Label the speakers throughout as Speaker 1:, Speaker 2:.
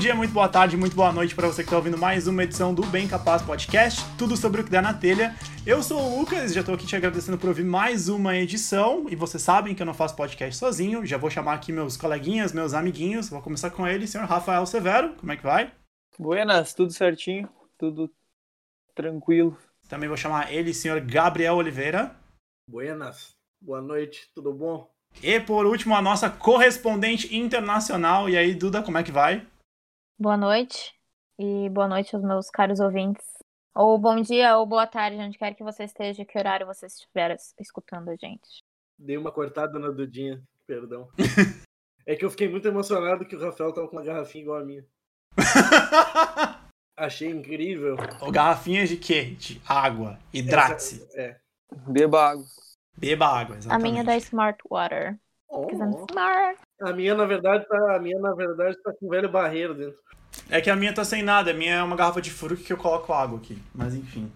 Speaker 1: dia, muito boa tarde, muito boa noite para você que está ouvindo mais uma edição do Bem Capaz Podcast, tudo sobre o que dá na telha. Eu sou o Lucas, já estou aqui te agradecendo por ouvir mais uma edição, e vocês sabem que eu não faço podcast sozinho, já vou chamar aqui meus coleguinhas, meus amiguinhos, vou começar com ele, senhor Rafael Severo, como é que vai?
Speaker 2: Buenas, tudo certinho, tudo tranquilo.
Speaker 1: Também vou chamar ele, senhor Gabriel Oliveira.
Speaker 3: Buenas, boa noite, tudo bom?
Speaker 1: E por último, a nossa correspondente internacional. E aí, Duda, como é que vai?
Speaker 4: Boa noite e boa noite aos meus caros ouvintes. Ou bom dia ou boa tarde, onde quer que você esteja, que horário você estiver escutando a gente.
Speaker 3: Dei uma cortada na Dudinha, perdão. é que eu fiquei muito emocionado que o Rafael tava com uma garrafinha igual a minha. Achei incrível.
Speaker 1: Ô, garrafinhas de quê? De água. Hidrate-se.
Speaker 3: É.
Speaker 2: Beba água.
Speaker 1: Beba água,
Speaker 4: A
Speaker 1: exatamente.
Speaker 4: minha é da Smart Water.
Speaker 3: Oh,
Speaker 4: Because I'm smart.
Speaker 3: a minha, na verdade, tá. A minha, na verdade, tá com um velho barreiro dentro.
Speaker 1: É que a minha tá sem nada, a minha é uma garrafa de fruque que eu coloco água aqui. Mas enfim.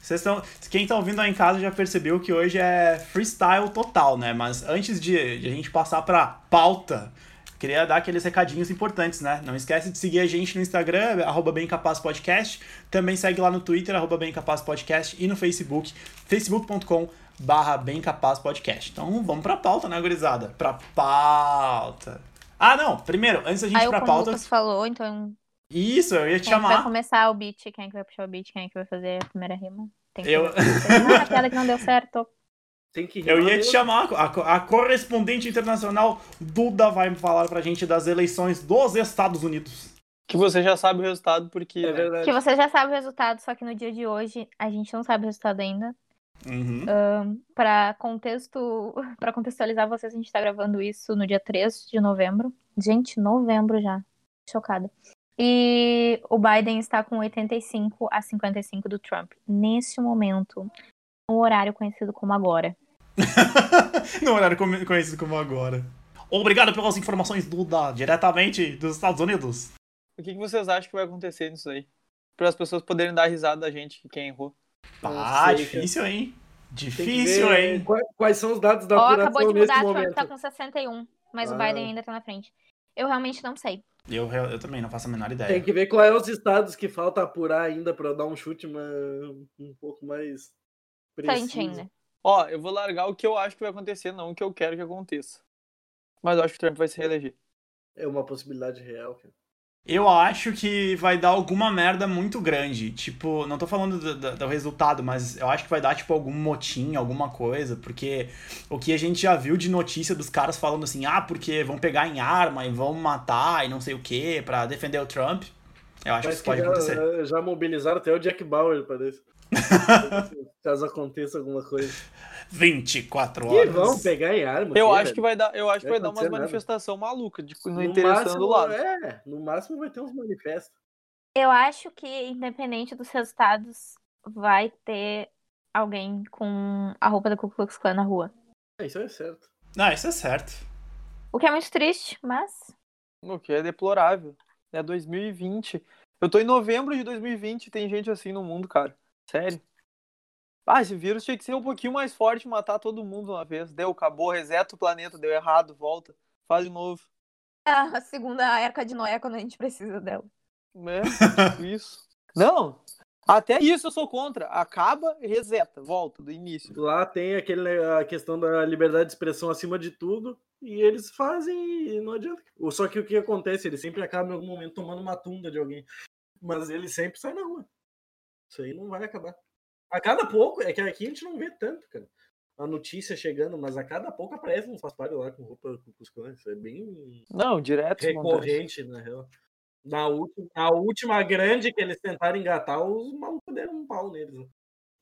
Speaker 1: Vocês estão. Quem tá ouvindo aí em casa já percebeu que hoje é freestyle total, né? Mas antes de, de a gente passar pra pauta, queria dar aqueles recadinhos importantes, né? Não esquece de seguir a gente no Instagram, arroba bemcapazpodcast. Também segue lá no Twitter, arroba bemcapazpodcast e no Facebook, facebook.com barra bemcapazpodcast. Então vamos pra pauta, né, gurizada? Pra pauta. Ah, não! Primeiro, antes da gente
Speaker 4: Aí
Speaker 1: ir
Speaker 4: o
Speaker 1: pra
Speaker 4: Ah, como o
Speaker 1: pauta.
Speaker 4: Lucas falou, então
Speaker 1: Isso, eu ia te
Speaker 4: quem é que vai
Speaker 1: chamar.
Speaker 4: começar o beat, quem é que vai puxar o beat, quem é que vai fazer a primeira rima? Tem que
Speaker 1: Eu-
Speaker 4: fazer. Ah, a piada que não deu certo.
Speaker 3: Tem que
Speaker 1: Eu ia te
Speaker 3: mesmo.
Speaker 1: chamar, a, co- a correspondente internacional Duda vai falar pra gente das eleições dos Estados Unidos.
Speaker 2: Que você já sabe o resultado, porque. né?
Speaker 3: É verdade.
Speaker 4: Que você já sabe o resultado, só que no dia de hoje a gente não sabe o resultado ainda.
Speaker 1: Uhum.
Speaker 3: Ah.
Speaker 4: Pra contexto, para contextualizar vocês, a gente tá gravando isso no dia 3 de novembro. Gente, novembro já. Chocada. E o Biden está com 85 a 55 do Trump neste momento, um horário conhecido como agora.
Speaker 1: no horário come- conhecido como agora. Obrigado pelas informações, Duda, diretamente dos Estados Unidos.
Speaker 2: O que que vocês acham que vai acontecer nisso aí? Para as pessoas poderem dar risada da gente, que quem errou.
Speaker 1: Ah,
Speaker 3: sei,
Speaker 1: difícil, hein?
Speaker 3: Tem que
Speaker 1: Difícil,
Speaker 3: ver
Speaker 1: hein?
Speaker 3: Quais, quais são os dados da
Speaker 4: Ó,
Speaker 3: apuração
Speaker 4: acabou de
Speaker 3: nesse
Speaker 4: mudar, Trump
Speaker 3: momento?
Speaker 4: tá com 61, mas o
Speaker 3: Ah.
Speaker 4: Biden ainda tá na frente. Eu realmente não sei.
Speaker 1: Eu, re- eu também não faço a menor
Speaker 3: Tem
Speaker 1: ideia.
Speaker 3: que ver quais os estados que falta apurar ainda pra eu dar um chute uma- um pouco mais
Speaker 4: Tá
Speaker 3: preciso.
Speaker 4: gente ainda.
Speaker 2: Ó, eu vou largar o que eu acho que vai acontecer, não o que eu quero que aconteça. Mas eu acho que o Trump vai se reeleger.
Speaker 3: É uma possibilidade real. cara.
Speaker 1: Eu acho que vai dar alguma merda muito grande. Tipo, não tô falando do, do- do resultado, mas eu acho que vai dar, tipo, algum motim, alguma coisa, porque o que a gente já viu de notícia dos caras falando assim, ah, porque vão pegar em arma e vão matar e não sei o que pra defender o Trump. Eu acho que
Speaker 3: Parece
Speaker 1: isso pode
Speaker 3: já, é.
Speaker 1: acontecer.
Speaker 3: já mobilizaram até o Jack Bauer, parece. Caso aconteça alguma coisa.
Speaker 1: 24
Speaker 3: E
Speaker 1: horas.
Speaker 3: vão pegar em arma.
Speaker 2: Eu
Speaker 3: aqui,
Speaker 2: acho que vai dar, eu acho que
Speaker 3: é
Speaker 2: vai
Speaker 3: Vai
Speaker 2: dar umas
Speaker 3: acontecer nada.
Speaker 2: manifestação maluca, de, no,
Speaker 3: velho.
Speaker 2: interessando o
Speaker 3: máximo,
Speaker 2: lado.
Speaker 3: É, no máximo vai ter uns manifestos.
Speaker 4: Eu acho que, independente dos resultados, vai ter alguém com a roupa da Ku Klux Klan na rua.
Speaker 3: É, isso é certo.
Speaker 1: Não, isso é certo.
Speaker 4: O que é muito triste, mas.
Speaker 2: O que é deplorável. É 2020. Eu tô em novembro de 2020 e tem gente assim no mundo, cara. Sério. Ah, esse vírus tinha que ser um pouquinho mais forte, matar todo mundo uma vez. Deu, acabou, reseta o planeta, deu errado, volta, faz de novo.
Speaker 4: A segunda arca de Noé quando a gente precisa dela.
Speaker 2: É, tipo isso. Não, até isso eu sou contra. Acaba, reseta, volta do início.
Speaker 3: Lá tem aquele, a questão da liberdade de expressão acima de tudo. E eles fazem e não adianta. Ou Só que o que acontece? Eles sempre acabam em algum momento tomando uma tunda de alguém. Mas eles sempre saem na rua. Isso aí não vai acabar. A cada pouco, é que aqui a gente não vê tanto, cara. A notícia chegando, mas a cada pouco aparece uns paspalhos lá com roupa com os clãs. Isso é bem
Speaker 2: Não, direto. acontece.
Speaker 3: recorrente, na real. Na última, na última grande que eles tentaram engatar, os malucos deram um pau neles. né?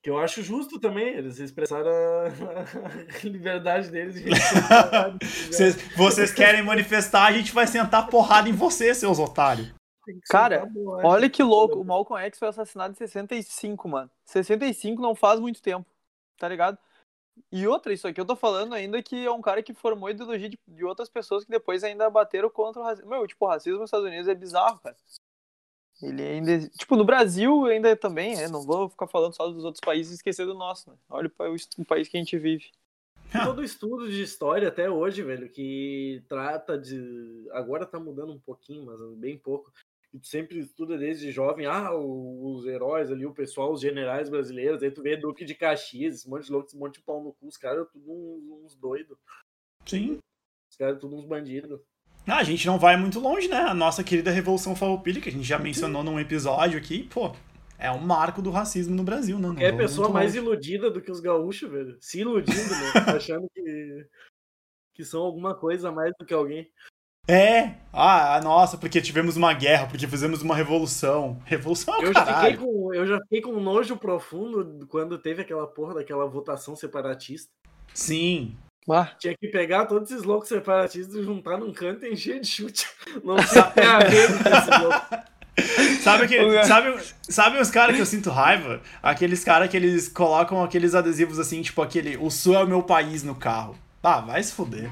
Speaker 3: Que eu acho justo também, eles expressaram a, a liberdade deles. de expressar-
Speaker 1: Vocês, vocês querem manifestar, a gente vai sentar porrada em vocês, seus otários.
Speaker 3: Tem que
Speaker 2: Cara,
Speaker 3: sentar a bola.
Speaker 1: é.
Speaker 2: Olha que louco, o Malcolm X foi assassinado em 65, mano. 65 não faz muito tempo, tá ligado? E outra, isso aqui eu tô falando ainda que é um cara que formou ideologia de, de outras pessoas que depois ainda bateram contra o racismo. Meu, tipo, o racismo nos Estados Unidos é bizarro, cara. Ele ainda. Tipo, no Brasil ainda também, né? Não vou ficar falando só dos outros países e esquecer do nosso, né? Olha o, pa- o est- o país que a gente vive.
Speaker 3: Tem todo estudo de história até hoje, velho, que trata de. Agora tá mudando um pouquinho, mas bem pouco. que tu sempre estuda desde jovem, ah, o- os heróis ali, o pessoal, os generais brasileiros, aí tu vê Duque de Caxias, esse monte de louco, esse monte de pau no cu, os caras tudo uns, uns doidos,
Speaker 1: Sim.
Speaker 3: os caras tudo uns bandidos.
Speaker 1: Ah, a gente não vai muito longe, né? A nossa querida Revolução Farroupilha, que a gente já mencionou num episódio aqui, pô, é um marco do racismo no Brasil, né? Não
Speaker 3: Qualquer
Speaker 1: vamos
Speaker 3: É pessoa
Speaker 1: muito
Speaker 3: mais
Speaker 1: longe.
Speaker 3: iludida do que os gaúchos, velho, se iludindo, né? achando que, que são alguma coisa a mais do que alguém.
Speaker 1: É! Ah, nossa, porque tivemos uma guerra, porque fizemos uma revolução. Revolução é o
Speaker 3: Eu já,
Speaker 1: caralho.
Speaker 3: fiquei com, eu já fiquei com nojo profundo quando teve aquela porra daquela votação separatista.
Speaker 1: Sim.
Speaker 2: Ah,
Speaker 3: Tinha que pegar todos esses loucos separatistas e juntar num canto e encher de chute. Não sei até a ver com esse louco.
Speaker 1: Sabe, que,
Speaker 2: Olha.
Speaker 1: sabe, sabe os caras que eu sinto raiva? Aqueles caras que eles colocam aqueles adesivos assim, tipo aquele O Sul é o meu país no carro. Ah, vai se fuder.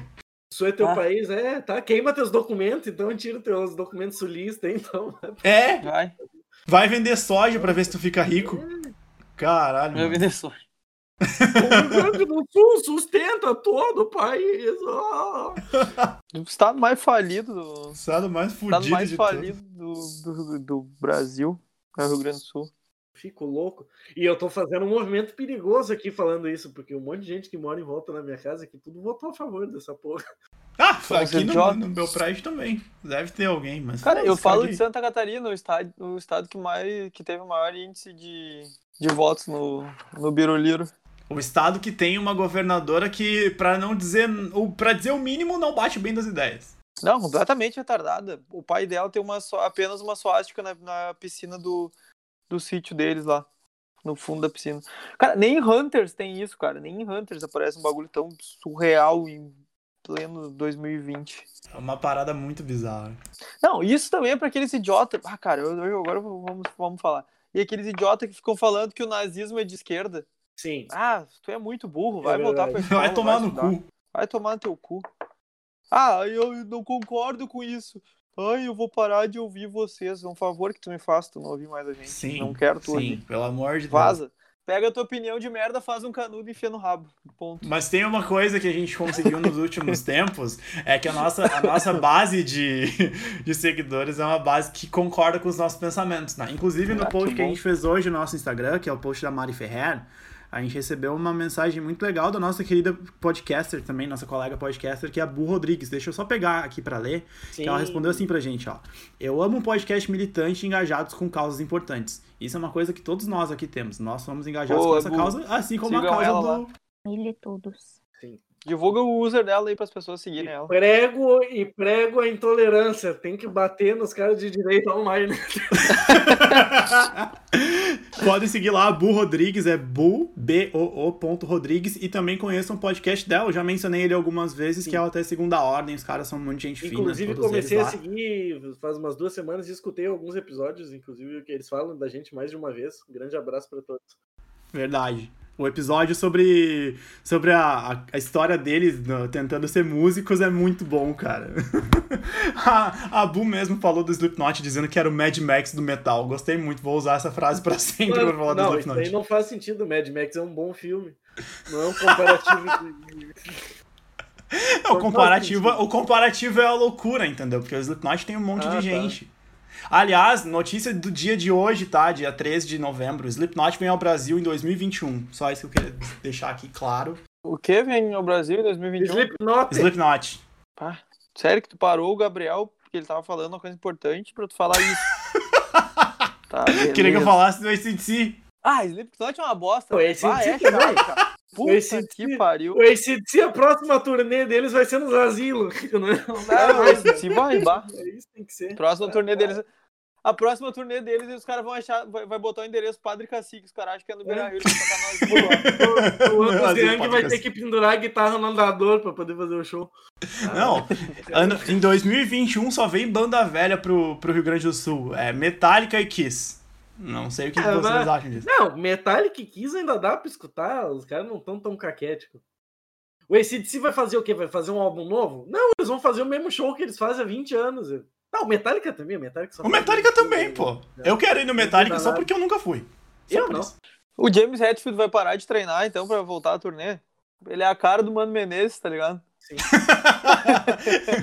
Speaker 3: Isso é teu
Speaker 2: Ah.
Speaker 3: país, é, tá? Queima teus documentos, então tira teus documentos sulistas, então.
Speaker 1: É!
Speaker 2: vai.
Speaker 1: Vai vender soja pra ver se tu fica rico.
Speaker 3: Hum.
Speaker 1: Caralho.
Speaker 2: Meu
Speaker 1: Mano.
Speaker 2: Venezuela.
Speaker 3: O Rio Grande do Sul sustenta todo o país. ó.
Speaker 2: O estado mais falido do.
Speaker 1: O Estado tá
Speaker 3: Tá
Speaker 1: mais
Speaker 2: O
Speaker 1: fudido
Speaker 2: estado mais
Speaker 1: de
Speaker 2: falido do, do, do Brasil é o Rio Grande do Sul.
Speaker 3: Fico louco. E eu tô fazendo um movimento perigoso aqui falando isso, porque um monte de gente que mora em volta da minha casa que tudo votou a favor dessa porra.
Speaker 1: todos. Ah,
Speaker 2: Somos
Speaker 1: aqui no,
Speaker 2: idiotas.
Speaker 1: no meu prédio também. Deve ter alguém, mas.
Speaker 2: Cara, eu
Speaker 1: foda-se,
Speaker 2: falo
Speaker 1: caguei.
Speaker 2: de Santa Catarina, o estado, o estado que, mais, que teve o maior índice de, de votos no, no Biruliro.
Speaker 1: O estado que tem uma governadora que, pra não dizer. Ou pra dizer o mínimo, não bate bem das ideias.
Speaker 2: Não, completamente retardada. O pai dela tem uma só, apenas uma suástica na, na piscina do, do sítio deles lá. No fundo da piscina. Cara, nem em Hunters tem isso, cara. Nem em Hunters aparece um bagulho tão surreal em pleno 2020.
Speaker 1: É uma parada muito bizarra.
Speaker 2: Não, isso também é pra aqueles idiotas. Ah, cara, eu, eu- agora vamos, vamos falar. E aqueles idiotas que ficam falando que o nazismo é de esquerda.
Speaker 3: Sim.
Speaker 2: Ah, tu é muito burro,
Speaker 3: É
Speaker 2: vai voltar pra
Speaker 3: verdade.
Speaker 2: escola.
Speaker 1: Vai tomar no
Speaker 2: estudar.
Speaker 1: cu.
Speaker 2: Vai tomar no teu cu. Ah, eu não concordo com isso. Ai, eu vou parar de ouvir vocês. É Um favor que tu me faça, tu não ouvir mais a gente.
Speaker 1: Sim.
Speaker 2: não quero tu
Speaker 1: sim,
Speaker 2: ouvir.
Speaker 1: pelo amor de Deus.
Speaker 2: Vaza. Pega a tua opinião de merda, faz um canudo e enfia no rabo. Ponto.
Speaker 1: Mas tem uma coisa que a gente conseguiu nos últimos tempos, é que a nossa, a nossa base de, de seguidores é uma base que concorda com os nossos pensamentos, né? Inclusive no
Speaker 2: Ah, que
Speaker 1: post que, a
Speaker 2: bom.
Speaker 1: gente fez hoje no nosso Instagram, que é o post da Mari Ferrer, a gente recebeu uma mensagem muito legal da nossa querida podcaster também, nossa colega podcaster, que é a Bu Rodrigues. Deixa eu só pegar aqui pra ler.
Speaker 3: Sim.
Speaker 1: Que ela respondeu assim pra gente, ó. Eu amo um podcast militante e engajados com causas importantes. Isso é uma coisa que todos nós aqui temos. Nós somos engajados
Speaker 2: Boa,
Speaker 1: com essa
Speaker 2: é Bu.
Speaker 1: causa, assim como a
Speaker 2: Sigam
Speaker 1: causa
Speaker 2: ela
Speaker 1: do.
Speaker 2: lá.
Speaker 4: Mille todos.
Speaker 2: Divulga o user dela aí pras pessoas seguirem ela.
Speaker 3: Prego e prego a intolerância. Tem que bater nos caras de direito online. né?
Speaker 1: Podem seguir lá, a Bu Rodrigues, é bu, B-O-O ponto Rodrigues, e também conheçam o podcast dela, eu já mencionei ele algumas vezes, que é o até segunda ordem, os caras são muito gente
Speaker 3: Inclusive,
Speaker 1: fina, todos
Speaker 3: comecei a
Speaker 1: eles lá.
Speaker 3: seguir faz umas duas semanas e escutei alguns episódios, inclusive, que eles falam da gente mais de uma vez. Um grande abraço pra todos.
Speaker 1: Verdade. O episódio sobre, sobre a, a- a história deles no- tentando ser músicos é muito bom, cara. a, a Bu mesmo falou do Slipknot dizendo que era o Mad Max do metal. Gostei muito, vou usar essa frase pra sempre pra falar do
Speaker 3: não, isso
Speaker 1: Slipknot.
Speaker 3: aí não faz sentido. Mad Max é um bom filme. Não é um comparativo. de-
Speaker 1: É, o comparativo, o comparativo é a loucura, entendeu? Porque o Slipknot tem um monte
Speaker 3: Ah,
Speaker 1: de
Speaker 3: tá.
Speaker 1: gente. Aliás, notícia do dia de hoje, tá? Dia 13 de novembro. O Slipknot vem ao Brasil em 2021. Só isso que eu queria deixar aqui claro.
Speaker 2: O que vem ao Brasil em 2021?
Speaker 3: Slipknot.
Speaker 1: Slipknot.
Speaker 2: Pá, um? sério que tu parou o Gabriel porque ele tava falando uma coisa importante pra tu falar isso? tá,
Speaker 1: Queria que eu
Speaker 2: beleza.
Speaker 1: falasse do ACDC.
Speaker 2: Ah, Slipknot é uma bosta.
Speaker 3: Pô,
Speaker 2: né?
Speaker 3: esse
Speaker 2: Bah, é
Speaker 3: sim também.
Speaker 2: chato, cara. Puta
Speaker 3: Esse sim.
Speaker 2: que pariu.
Speaker 3: O ACDC, a próxima turnê deles vai ser nos asilos. Não
Speaker 2: Não, esse sim vai, bah.
Speaker 3: É isso que tem que ser.
Speaker 2: Próxima turnê deles. A próxima turnê deles, os caras vão achar. Vai, vai botar o endereço Padre Cacique. Os caras acham que é no Beira Rio. eles vão tocar no Asilo lá.
Speaker 3: O, o
Speaker 1: Não,
Speaker 3: Angus
Speaker 1: asilo assim.
Speaker 3: Young vai
Speaker 1: podcast.
Speaker 3: ter que pendurar a guitarra no andador pra poder fazer o show.
Speaker 1: Não, ano- em 2021 só vem banda velha pro, pro Rio Grande do Sul. É Metallica e Kiss. Não sei o que
Speaker 3: Ah,
Speaker 1: vocês
Speaker 3: mas-
Speaker 1: acham disso.
Speaker 3: Não, Metallic quis ainda dá pra escutar, os caras não estão tão caquéticos. O ACDC vai fazer o quê? Vai fazer um álbum novo? Não, eles vão fazer o mesmo show que eles fazem há 20 anos. velho. Não, o Metallica também, o Metallica só
Speaker 1: O
Speaker 3: faz
Speaker 1: Metallica
Speaker 3: isso,
Speaker 1: também,
Speaker 3: né?
Speaker 1: pô. Eu quero ir no Metallica só porque eu nunca fui. Só
Speaker 3: Eu
Speaker 1: por
Speaker 3: não.
Speaker 1: isso.
Speaker 2: O James Hetfield vai parar de treinar, então, pra voltar à turnê. Ele é a cara do Mano Menezes, tá ligado?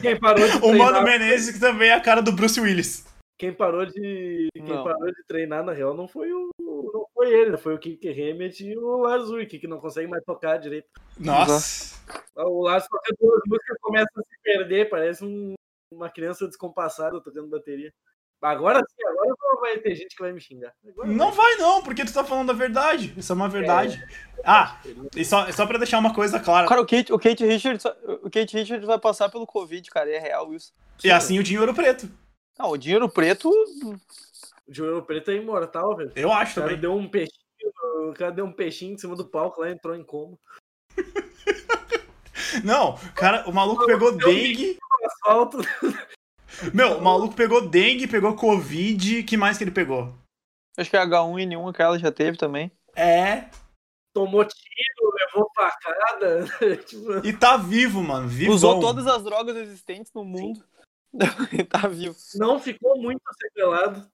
Speaker 3: Quem parou de
Speaker 1: O Mano
Speaker 3: treinar-
Speaker 1: Menezes, que também é a cara do Bruce Willis.
Speaker 3: Quem parou de, quem
Speaker 2: Não.
Speaker 3: parou de treinar, na real, não foi o. Não foi ele, né? foi o Kik Hammett e o Lars Ulrich, que não consegue mais tocar direito.
Speaker 1: Nossa!
Speaker 3: O Lars toca duas músicas e começa a se perder, parece um- uma criança descompassada tocando bateria. Agora sim, agora não vai ter gente que vai me xingar. Agora
Speaker 1: Não vai não, porque tu tá falando a verdade. Isso é uma verdade.
Speaker 2: É.
Speaker 1: Ah, e só, só pra deixar uma coisa clara.
Speaker 2: Cara, o Kate, o, Kate Richards, o Kate Richards vai passar pelo Covid, cara. É real isso.
Speaker 1: E assim o dinheiro preto.
Speaker 2: Não, o dinheiro preto.
Speaker 3: O Joel Preto é imortal, velho.
Speaker 1: Eu acho
Speaker 3: O cara
Speaker 1: também.
Speaker 3: deu um peixinho, o cara deu um peixinho em cima do palco lá, entrou em coma.
Speaker 1: Não, cara, o maluco pegou dengue.
Speaker 3: Asfalto.
Speaker 1: Meu, o maluco pegou dengue, pegou covid. que mais que ele pegou?
Speaker 2: Acho que é H1N1 que ela já teve também.
Speaker 1: É.
Speaker 3: tomou tiro, levou facada. tipo,
Speaker 1: E tá vivo, mano. Vivo.
Speaker 2: Usou todas as drogas existentes no mundo. tá vivo.
Speaker 3: não ficou muito sequelado.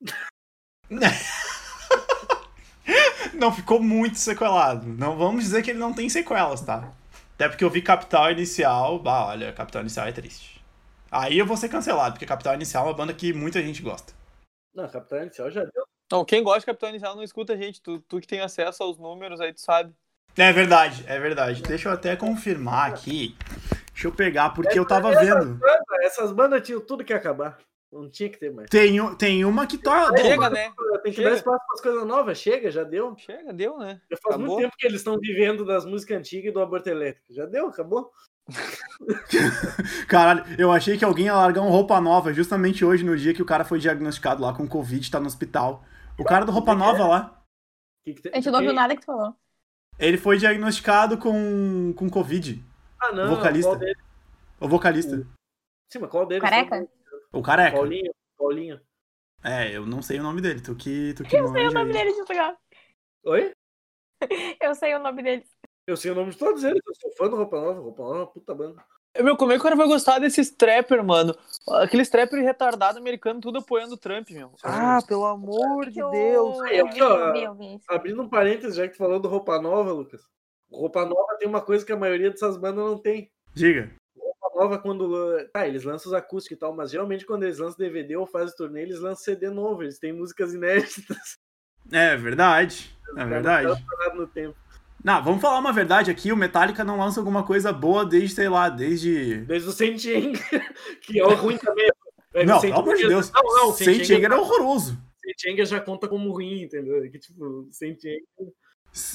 Speaker 1: Não, ficou muito sequelado. Não vamos dizer que ele não tem sequelas, tá? Até porque eu vi Capital Inicial. Bah, olha, Capital Inicial é triste. Aí eu vou ser cancelado, porque Capital Inicial é uma banda que muita gente gosta.
Speaker 3: Não, Capitão Inicial já deu.
Speaker 2: Não, quem gosta de Capitão Inicial não escuta a gente. Tu, tu que tem acesso aos números aí, tu sabe.
Speaker 1: É verdade, é verdade. Deixa eu até confirmar aqui. Deixa eu pegar, porque eu tava vendo.
Speaker 3: Banda, Essas bandas tinham tudo que acabar. Não tinha que ter mais.
Speaker 1: Tem, um- tem uma que tá.
Speaker 2: Chega, né?
Speaker 3: Tem que
Speaker 2: Chega.
Speaker 3: dar espaço para as coisas novas. Chega, já deu.
Speaker 2: Chega, deu, né?
Speaker 3: Já faz
Speaker 2: Acabou.
Speaker 3: muito tempo que eles estão vivendo das músicas antigas e do aborto elétrico. Já deu, acabou.
Speaker 1: Caralho, eu achei que alguém ia largar uma roupa nova justamente hoje, no dia que o cara foi diagnosticado lá com Covid, tá no hospital. O cara do
Speaker 4: É.
Speaker 1: Roupa Nova lá,
Speaker 3: Que que tem-
Speaker 4: A gente não ouviu
Speaker 3: tem-
Speaker 4: nada que tu falou.
Speaker 1: ele foi diagnosticado com, com Covid.
Speaker 3: Ah, não.
Speaker 1: vocalista.
Speaker 3: Qual deles?
Speaker 1: O vocalista.
Speaker 3: Sim, mas qual deles?
Speaker 4: Careca?
Speaker 1: O careca.
Speaker 3: Paulinho. Paulinho.
Speaker 1: É, eu não sei o nome dele. Tu que, tu que eu
Speaker 4: sei o nome dele de lugar.
Speaker 3: Oi?
Speaker 4: Eu sei o nome dele.
Speaker 3: Eu sei o nome de todos eles. Eu sou fã do Roupa Nova. Roupa Nova é uma puta banda.
Speaker 2: Meu, como é que o cara vai gostar desses trapper, mano? Aqueles trapper retardado americano, tudo apoiando o Trump, meu. Ah, pelo amor de
Speaker 4: Eu-
Speaker 2: Deus.
Speaker 4: Eu
Speaker 3: Eu
Speaker 4: vi,
Speaker 3: que, ó,
Speaker 4: eu vi, eu vi.
Speaker 3: Abrindo um parênteses, já que tu falou do Roupa Nova, Lucas. Roupa Nova tem uma coisa que a maioria dessas bandas não tem.
Speaker 1: Diga.
Speaker 3: Roupa Nova, quando. lan- Tá, eles lançam os acústicos e tal, mas geralmente quando eles lançam DVD ou fazem turnê, eles lançam CD novo. Eles têm músicas inéditas.
Speaker 1: É verdade. É verdade.
Speaker 4: Então.
Speaker 3: parados No tempo.
Speaker 1: Não, vamos falar uma verdade aqui. O Metallica não lança alguma coisa boa desde, sei lá, desde.
Speaker 3: Desde o Sentin, que é o ruim também. Mas
Speaker 1: Não,
Speaker 3: o Saint
Speaker 1: pelo amor de
Speaker 3: Anger-
Speaker 1: Deus.
Speaker 3: Não, não, o
Speaker 1: Saint
Speaker 3: Saint
Speaker 1: Anger tá-
Speaker 3: Anger,
Speaker 1: era horroroso.
Speaker 3: Saint Anger já conta como ruim, entendeu? Que tipo, Saint Anger.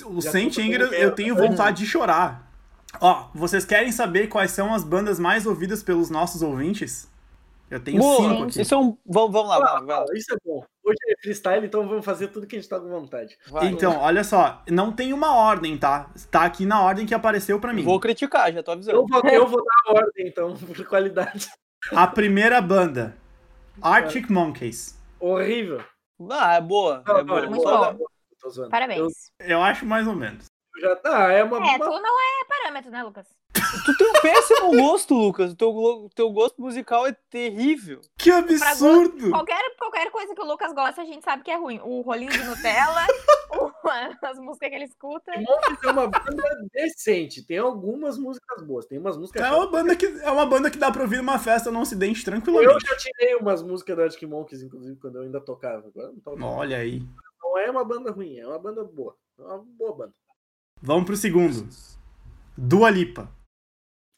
Speaker 1: O
Speaker 3: Já
Speaker 1: Saint
Speaker 3: conta
Speaker 1: Anger
Speaker 3: como
Speaker 1: eu
Speaker 3: merda.
Speaker 1: tenho vontade de chorar. Ó, vocês querem saber quais são as bandas mais ouvidas pelos nossos ouvintes? Eu tenho cinco
Speaker 2: Boa,
Speaker 1: aqui.
Speaker 2: isso é um. Vamos, vamos lá,
Speaker 3: Ah,
Speaker 2: vamos lá,
Speaker 3: isso é bom. Hoje é freestyle, então vamos fazer tudo que a gente tá com vontade.
Speaker 2: vai.
Speaker 1: Então, olha só, não tem uma ordem, tá? Tá aqui na ordem que apareceu pra mim.
Speaker 2: Vou criticar, já tô
Speaker 3: Eu
Speaker 2: avisando.
Speaker 3: vou, eu vou dar a ordem, então, por qualidade.
Speaker 1: A primeira banda, Arctic
Speaker 2: É.
Speaker 1: Monkeys.
Speaker 3: Horrível.
Speaker 2: Ah, é boa.
Speaker 3: Não,
Speaker 2: é boa.
Speaker 3: não,
Speaker 4: Muito
Speaker 3: eu
Speaker 4: bom.
Speaker 3: não- eu tô zoando.
Speaker 4: Parabéns.
Speaker 1: Eu acho mais ou menos.
Speaker 3: Eu já tá, é uma.
Speaker 4: É,
Speaker 3: uma-
Speaker 4: tu não é parâmetro, né, Lucas?
Speaker 2: Tu tem um péssimo gosto, Lucas. O teu, glo- teu gosto musical é terrível.
Speaker 1: Que absurdo!
Speaker 4: Qualquer, qualquer coisa que o Lucas gosta, a gente sabe que é ruim. O rolinho de Nutella, o- as músicas que ele escuta.
Speaker 3: Monkeys é uma banda decente. Tem algumas músicas boas, tem umas músicas.
Speaker 1: É
Speaker 3: chatas.
Speaker 1: uma banda que, é uma banda que dá pra ouvir numa festa no Ocidente
Speaker 3: Eu
Speaker 1: tranquilamente.
Speaker 3: já tirei umas músicas da Arctic Monkeys, inclusive, quando eu ainda tocava. Agora não, toco.
Speaker 1: Olha aí.
Speaker 3: não é uma banda ruim, é uma banda boa. É uma boa banda.
Speaker 1: Vamos pro segundo. Dua Lipa.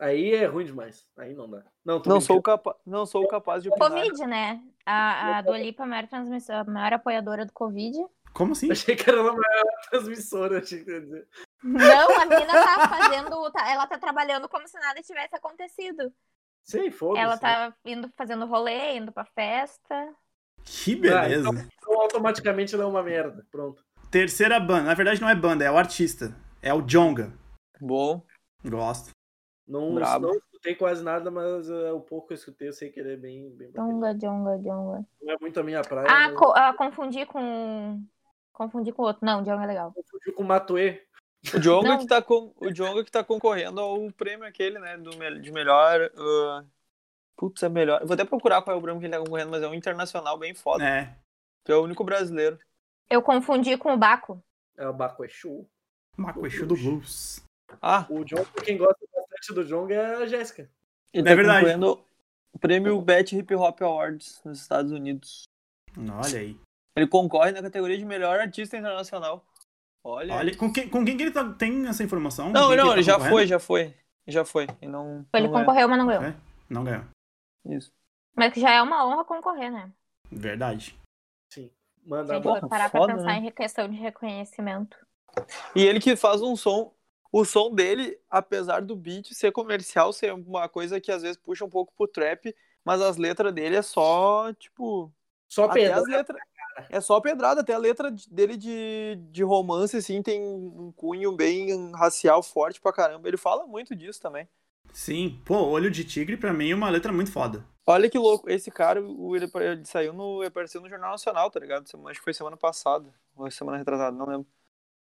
Speaker 3: Aí é ruim demais. Aí não dá. Não, tô
Speaker 2: Não
Speaker 3: brincando.
Speaker 2: sou, capa... não sou capaz de opinar.
Speaker 4: Covid, né? A, a Dua Lipa, a maior, transmissora, a maior apoiadora do Covid.
Speaker 1: Como assim?
Speaker 3: Achei que era uma transmissora, achei que ia dizer.
Speaker 4: Não, a menina tá fazendo. tá- ela tá trabalhando como se nada tivesse acontecido.
Speaker 3: Sei, foda-se. né?
Speaker 4: Ela tá indo fazendo rolê, indo pra festa.
Speaker 1: Que beleza.
Speaker 3: Ah, Então, automaticamente ela é uma merda. Pronto.
Speaker 1: Terceira banda. Na verdade, não é banda, é o artista. É o Jonga.
Speaker 2: Bom,
Speaker 1: Gosto.
Speaker 3: Não,
Speaker 2: Brabo.
Speaker 3: não escutei quase nada, mas ah, o pouco que eu escutei eu sei que ele é bem. bem bacana.
Speaker 4: Jonga, jonga, jonga.
Speaker 3: não é muito a minha praia.
Speaker 4: Então, né? Ah,
Speaker 3: mas-
Speaker 4: co ah, confundi com. Confundi com outro. Não, jonga é legal.
Speaker 3: confundiu com o Matue.
Speaker 2: o Djonga,
Speaker 4: Não.
Speaker 2: que tá com... o Djonga que tá concorrendo ao prêmio aquele, né? Do mel- De melhor. ah, Putz, é melhor. Eu Vou até procurar qual é o prêmio que ele tá concorrendo, mas é um internacional bem foda.
Speaker 1: É.
Speaker 2: que É o único brasileiro.
Speaker 4: Eu confundi com o Baco.
Speaker 3: É o Baco Exu.
Speaker 1: Macuexu do Blues.
Speaker 2: Ah,
Speaker 3: O Jong, quem gosta bastante do Jong é a Jéssica.
Speaker 2: ele
Speaker 1: É
Speaker 2: tá
Speaker 1: verdade.
Speaker 2: concorrendo ao prêmio Bet Hip Hop Awards nos Estados Unidos.
Speaker 1: Olha aí.
Speaker 2: Ele concorre na categoria de melhor artista internacional. Olha.
Speaker 1: Olha, com quem, com quem que ele tá- tem essa informação? Com
Speaker 2: Não,
Speaker 1: quem que
Speaker 2: não,
Speaker 1: tá
Speaker 2: ele já
Speaker 1: concorrendo?
Speaker 2: foi, já foi. Já foi. E não,
Speaker 4: Ele
Speaker 2: não
Speaker 4: concorreu, mas não ganhou.
Speaker 1: Não ganhou.
Speaker 2: é. Isso.
Speaker 4: Mas que já é uma honra concorrer, né?
Speaker 1: Verdade.
Speaker 4: Se a
Speaker 3: Manda
Speaker 4: gente
Speaker 2: bom.
Speaker 3: bom.
Speaker 4: for parar
Speaker 2: Foda,
Speaker 4: pra pensar
Speaker 2: né?
Speaker 4: em questão de reconhecimento.
Speaker 2: E ele que faz um som. O som dele, apesar do beat ser comercial, ser uma coisa que às vezes puxa um pouco pro trap, mas as letras dele é só, tipo.
Speaker 3: Só né?
Speaker 2: até
Speaker 3: pedra.
Speaker 2: as letras. É só pedrada, até a letra de- dele de, de romance, assim, tem um cunho bem racial forte pra caramba. Ele fala muito disso também.
Speaker 1: Sim. Pô, Olho de Tigre pra mim é uma letra muito foda.
Speaker 2: Olha que louco, esse cara, o- ele, ele saiu no. Ele apareceu no Jornal Nacional, tá ligado? Semana- Acho que foi semana passada, ou semana retrasada, não lembro.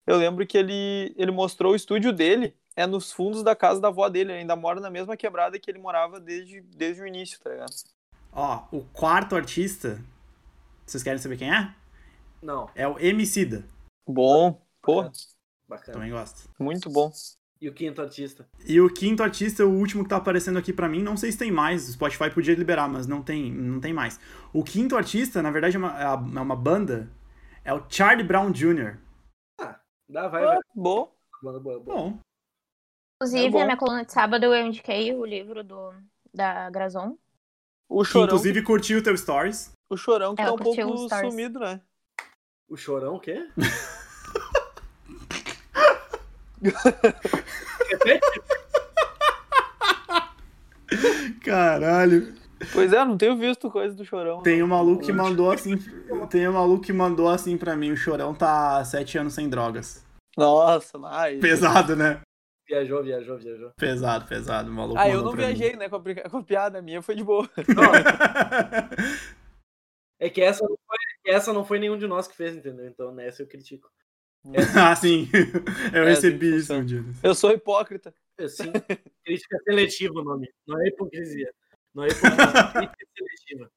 Speaker 2: Eu lembro que ele, ele mostrou o estúdio dele, é nos fundos da casa da avó dele, ele ainda mora na mesma quebrada que ele morava desde, desde o início, tá ligado?
Speaker 1: Ó, o quarto artista, vocês querem saber quem é?
Speaker 3: Não,
Speaker 1: É o Emicida.
Speaker 2: Bom, porra,
Speaker 3: bacana.
Speaker 1: Também gosto.
Speaker 2: muito bom.
Speaker 3: E o quinto artista?
Speaker 1: E o quinto artista, o último que tá aparecendo aqui pra mim, não sei se tem mais, o Spotify podia liberar, mas não tem, não tem mais. O quinto artista, na verdade, é uma, é a- é uma banda, é o Charlie Brown Jr.
Speaker 3: Dá, vai,
Speaker 2: Ah,
Speaker 3: vai.
Speaker 2: bom.
Speaker 3: Boa, boa, boa.
Speaker 1: Bom,
Speaker 4: Inclusive,
Speaker 2: bom.
Speaker 4: na minha coluna de sábado eu indiquei o livro do, da Grazon.
Speaker 2: O
Speaker 1: que
Speaker 2: chorão,
Speaker 1: inclusive curtiu o teu stories.
Speaker 2: o chorão que
Speaker 4: É,
Speaker 2: tá
Speaker 4: eu
Speaker 2: um
Speaker 4: curti os
Speaker 2: pouco
Speaker 4: stories.
Speaker 2: sumido, né?
Speaker 3: O chorão o quê?
Speaker 1: Caralho.
Speaker 2: Pois é, não tenho visto coisa do chorão.
Speaker 1: Tem um maluco que mandou assim, tem um maluco que mandou assim pra mim, o Chorão tá há sete anos sem drogas.
Speaker 2: Nossa, mas.
Speaker 1: Pesado, né?
Speaker 3: Viajou, viajou, viajou.
Speaker 1: Pesado, pesado, o maluco
Speaker 2: Ah, eu
Speaker 1: mandou
Speaker 2: não
Speaker 1: pra mim.
Speaker 2: viajei, né? Com a, brinca- com a piada minha, foi de boa.
Speaker 3: Não, é que essa não, foi, é que essa não foi nenhum de nós que fez, entendeu? Então nessa eu critico.
Speaker 1: ah, sim. Eu
Speaker 2: É,
Speaker 1: recebi
Speaker 2: assim que
Speaker 1: isso um dia.
Speaker 2: Eu sou hipócrita.
Speaker 3: É, Sim, crítica seletiva o nome. Não é hipocrisia. Não é hipocrisia, crítica seletiva.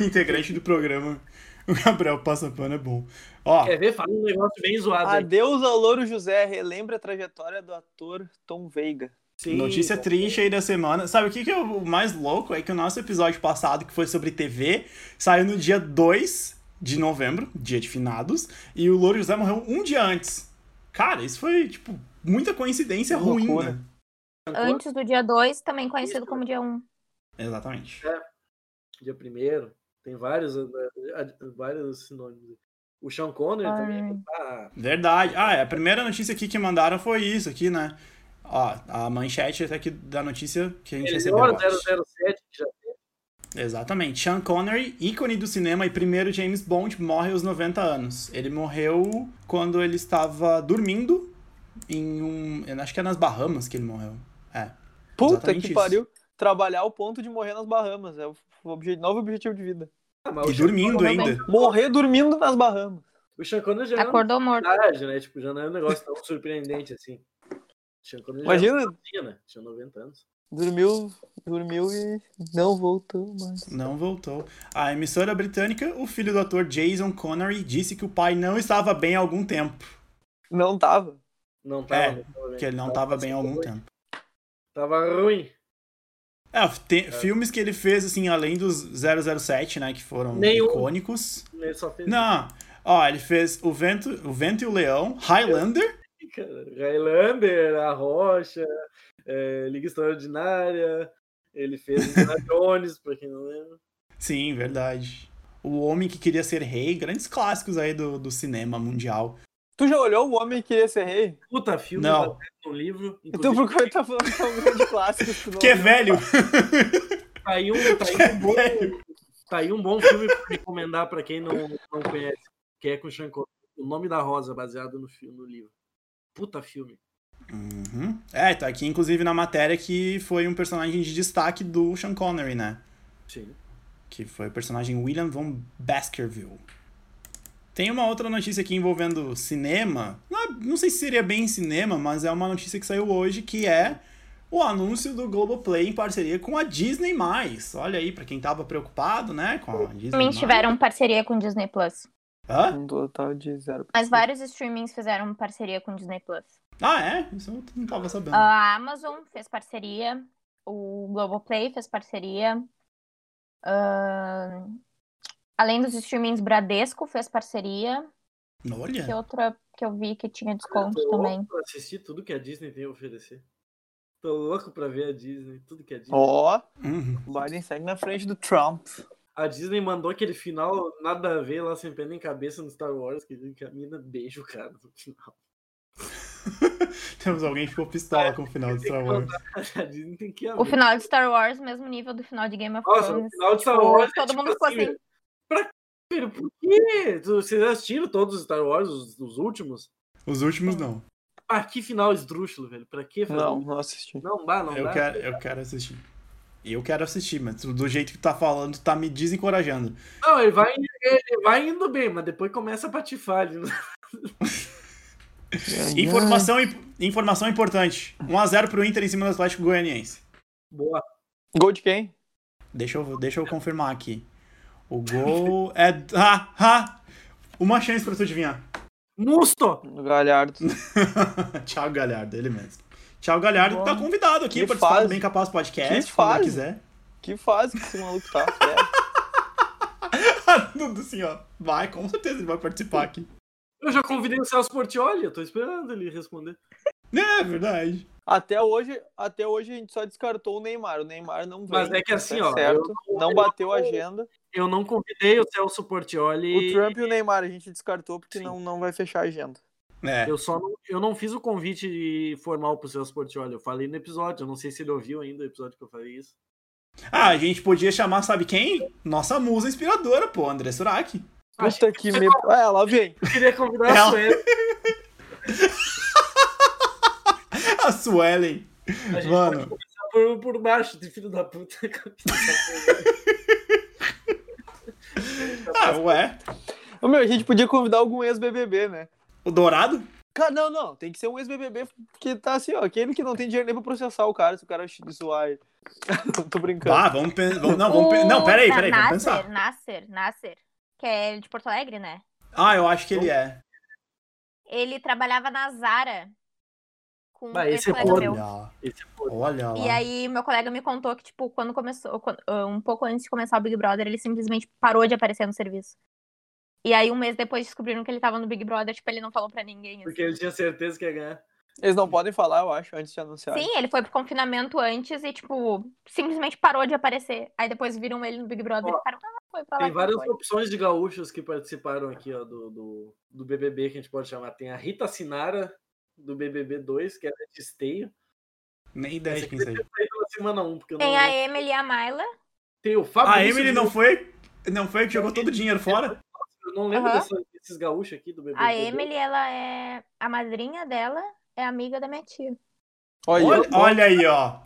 Speaker 1: Integrante do programa. O Gabriel passa pano é bom. Ó,
Speaker 3: Quer ver? Fala um negócio bem zoado aí.
Speaker 2: Adeus ao Louro José, relembra a trajetória do ator Tom Veiga.
Speaker 3: Sim,
Speaker 1: notícia
Speaker 3: bom.
Speaker 1: triste aí da semana. Sabe o que, que é o mais louco? É que o nosso episódio passado, que foi sobre TV, saiu no dia 2 de novembro, dia de finados, e o Louro José morreu um dia antes. Cara, isso foi, tipo, muita coincidência
Speaker 2: Que
Speaker 1: ruim,
Speaker 2: loucura.
Speaker 1: né?
Speaker 4: Antes do dia 2, também conhecido como dia 1.
Speaker 1: Exatamente.
Speaker 3: Dia primeiro. Tem vários, eh, eh, vários sinônimos. O Sean Connery também. Ah,
Speaker 1: Verdade. Ah, é, a primeira notícia aqui que mandaram foi isso aqui, né? Ó, a manchete até aqui da notícia que a gente é recebeu.
Speaker 3: melhor
Speaker 1: eu acho.
Speaker 3: 007 que já
Speaker 1: Exatamente. Sean Connery, ícone do cinema e primeiro James Bond, morre aos 90 anos. Ele morreu quando ele estava dormindo em um. eu acho que é nas Bahamas que ele morreu. É.
Speaker 2: Puta
Speaker 1: Exatamente
Speaker 2: que
Speaker 1: isso.
Speaker 2: pariu. Trabalhar ao ponto de morrer nas Bahamas. É o obje- novo objetivo de vida.
Speaker 3: Ah, mas
Speaker 1: E
Speaker 3: o Sean
Speaker 1: dormindo
Speaker 3: Connery-
Speaker 1: ainda.
Speaker 2: Morrer dormindo nas Bahamas.
Speaker 3: O Sean Connery já era
Speaker 4: Acordou morto.
Speaker 3: verdade, né? Tipo, já não é um negócio tão surpreendente assim. Sean Connery já
Speaker 2: Imagina,
Speaker 3: tinha, né? Tinha 90 anos.
Speaker 2: dormiu, dormiu e não voltou mais.
Speaker 1: Não voltou. A emissora britânica, o filho do ator Jason Connery, disse que o pai não estava bem há algum tempo.
Speaker 2: Não tava.
Speaker 3: Não
Speaker 1: É,
Speaker 3: tava. né?
Speaker 1: Que ele não estava bem há algum tempo.
Speaker 3: Tava ruim.
Speaker 1: É, tem filmes que ele fez, assim, além dos 007, né, que foram
Speaker 3: Nenhum.
Speaker 1: icônicos.
Speaker 3: Ele só fez.
Speaker 1: Não, ó, ele fez O Vento, o Vento e o Leão, Highlander,
Speaker 3: cara. Highlander, A Rocha, é, Liga Extraordinária. Ele fez Indiana Jones, pra quem não lembra.
Speaker 1: sim, verdade. O Homem que Queria Ser Rei, grandes clássicos aí do, do cinema mundial.
Speaker 2: Tu já olhou o homem que queria ser rei?
Speaker 3: Puta filme,
Speaker 1: Não.
Speaker 3: baseado num livro.
Speaker 2: Então
Speaker 3: Inclusive,
Speaker 2: por que ele tá falando que é um grande clássico? tu não
Speaker 1: Porque é
Speaker 2: olhou?
Speaker 1: velho,
Speaker 3: tá aí um, tá aí um bom. Tá aí um bom filme pra recomendar pra quem não, não conhece, que é com o Sean Connery. O Nome da Rosa, baseado no, filme, no livro. Puta filme.
Speaker 1: Uhum. É, tá aqui inclusive na matéria que foi um personagem de destaque do Sean Connery, né?
Speaker 3: Sim.
Speaker 1: Que foi o personagem William von Baskerville. Tem uma outra notícia aqui envolvendo cinema. Não, é- não sei se seria bem cinema, mas é uma notícia que saiu hoje que é o anúncio do Globoplay em parceria com a Disney+. Olha aí, pra quem tava preocupado, né, com a Disney+.
Speaker 4: Também tiveram parceria com Disney Plus.
Speaker 1: Hã?
Speaker 2: Um total de zero.
Speaker 4: Mas vários streamings fizeram parceria com Disney Plus.
Speaker 1: Ah, é? Isso eu não tava sabendo.
Speaker 4: A Amazon fez parceria, o Globoplay fez parceria. ahn, Além dos streamings, Bradesco fez parceria. Que
Speaker 1: Olha.
Speaker 4: outra que eu vi que tinha
Speaker 3: Eu
Speaker 4: desconto
Speaker 3: tô
Speaker 4: também.
Speaker 3: louco pra assistir tudo que a Disney tem a oferecer. Tô louco pra ver a Disney, tudo que a Disney.
Speaker 2: Ó,
Speaker 1: Uhum.
Speaker 2: o Biden segue na frente do Trump.
Speaker 3: A Disney mandou aquele final nada a ver lá sem pena em cabeça no Star Wars, que, que a mina beija o cara no final.
Speaker 1: Temos alguém que ficou pistola com o final do Star Wars.
Speaker 3: A Disney tem que
Speaker 4: O
Speaker 3: abrir.
Speaker 4: final de Star Wars, mesmo nível do final de Game of
Speaker 3: Nossa, o
Speaker 4: Thrones.
Speaker 3: final de Star
Speaker 4: Tipo,
Speaker 3: Wars. é
Speaker 4: todo
Speaker 3: tipo
Speaker 4: mundo ficou assim.
Speaker 3: Pra quê? Por quê? Tu- Vocês assistiram todos os Star Wars, os, os últimos?
Speaker 1: Os últimos não.
Speaker 3: Ah, que final esdrúxulo, velho. Pra quê? fazer
Speaker 2: Não,
Speaker 3: isso?
Speaker 2: não assisti.
Speaker 3: Não dá, não
Speaker 1: Eu
Speaker 3: dá.
Speaker 1: quero, eu quero assistir. Eu quero assistir, mas do jeito que tu tá falando, tá me desencorajando.
Speaker 3: Não, ele vai, ele vai indo bem, mas depois começa a patifar ali. né?
Speaker 1: Informação, im- informação importante. 1x0 pro Inter em cima do Atlético Goianiense.
Speaker 3: Boa.
Speaker 2: Gol de quem?
Speaker 1: Deixa eu, deixa eu confirmar aqui. O gol é. Ha, ha. Uma chance pra tu adivinhar.
Speaker 3: Musto!
Speaker 2: Do Galhardo.
Speaker 1: Tchau, Galhardo, ele mesmo. Tchau, Galhardo,
Speaker 2: Bom,
Speaker 1: tá convidado aqui
Speaker 2: que
Speaker 1: para participar do
Speaker 2: fase.
Speaker 1: Bem Capaz Podcast,
Speaker 2: Que
Speaker 1: quando
Speaker 2: fase.
Speaker 1: quiser.
Speaker 2: Que fase que esse maluco tá? É.
Speaker 1: Dudu, assim, ó, vai, com certeza ele vai participar aqui.
Speaker 3: Eu já convidei o Celso Portioli, eu tô esperando ele responder.
Speaker 1: É verdade.
Speaker 2: Até hoje, até hoje a gente só descartou o Neymar. O Neymar não veio.
Speaker 3: Mas é que assim,
Speaker 2: tá
Speaker 3: ó,
Speaker 2: Certo. Não bateu a
Speaker 3: eu-
Speaker 2: agenda.
Speaker 3: Eu não convidei o Celso Portioli.
Speaker 2: O Trump e o Neymar a gente descartou porque
Speaker 3: Sim.
Speaker 2: não, não vai fechar a agenda.
Speaker 1: É,
Speaker 3: Eu só não, eu não fiz o convite formal pro Celso Portioli. Eu falei no episódio. Eu não sei se ele ouviu ainda o episódio que eu falei isso.
Speaker 1: Ah, a gente podia chamar, sabe quem? Nossa musa inspiradora, pô, André Surak.
Speaker 3: Acho
Speaker 2: Puta que me. Ah, lá vem.
Speaker 3: Eu queria convidar
Speaker 1: Ela-
Speaker 3: a Sueli.
Speaker 1: A Suelen.
Speaker 3: A gente
Speaker 1: Mano.
Speaker 3: pode começar por, por baixo, de filho da puta.
Speaker 1: Ah, ué.
Speaker 2: Ô, meu, a gente podia convidar algum ex-BBB, né?
Speaker 1: O Dourado?
Speaker 2: Cara, não, não. Tem que ser um ex-BBB que tá assim, ó. Aquele que não tem dinheiro nem pra processar o cara, se o cara zoar ele. Tô brincando.
Speaker 1: Ah, vamos pensar. Não, vamos pe...
Speaker 4: O-
Speaker 1: não, peraí,
Speaker 4: tá,
Speaker 1: peraí, vamos
Speaker 4: Nasser,
Speaker 1: pensar.
Speaker 4: Nasser, Nasser, que é de Porto Alegre, né?
Speaker 1: Ah, eu acho que ele é.
Speaker 4: Ele trabalhava na Zara com um
Speaker 3: Bah, esse é
Speaker 4: ex-colega
Speaker 3: podre.
Speaker 4: meu.
Speaker 1: Olha,
Speaker 3: Esse é
Speaker 1: olha lá.
Speaker 4: E aí, meu colega me contou que, tipo, quando começou, quando- ah, um pouco antes de começar o Big Brother, ele simplesmente parou de aparecer no serviço. E aí, um mês depois, descobriram que ele tava no Big Brother, tipo, ele não falou pra ninguém. assim.
Speaker 3: Porque ele tinha certeza que ia ganhar.
Speaker 2: Eles não podem falar, eu acho, antes de anunciar.
Speaker 4: Sim, ele foi pro confinamento antes e, tipo, simplesmente parou de aparecer. Aí depois viram ele no Big Brother
Speaker 3: Ó,
Speaker 4: e ficaram, ah, foi pra lá.
Speaker 3: Tem
Speaker 4: que
Speaker 3: várias
Speaker 4: foi."
Speaker 3: opções de gaúchos que participaram aqui ó, do, do, do BBB que a gente pode chamar. Tem a Rita Sinara, do BBB 2, que era de esteio.
Speaker 1: Nem ideia de quem
Speaker 3: Essa aqui
Speaker 1: seja.
Speaker 3: eu saí pela semana 1, porque eu
Speaker 4: Tem
Speaker 3: não-
Speaker 4: a Emily e a Myla.
Speaker 3: Tem o
Speaker 1: A
Speaker 3: Fabrício.
Speaker 1: Emily não
Speaker 3: Júnior,
Speaker 1: foi. Não foi que jogou todo o dinheiro fora?
Speaker 3: Eu não lembro
Speaker 4: Aham.
Speaker 3: dessa- desses gaúchos aqui do BBB.
Speaker 4: A Emily, ela é. A madrinha dela é amiga da minha tia.
Speaker 2: Olha,
Speaker 1: Olha, olha aí, ó.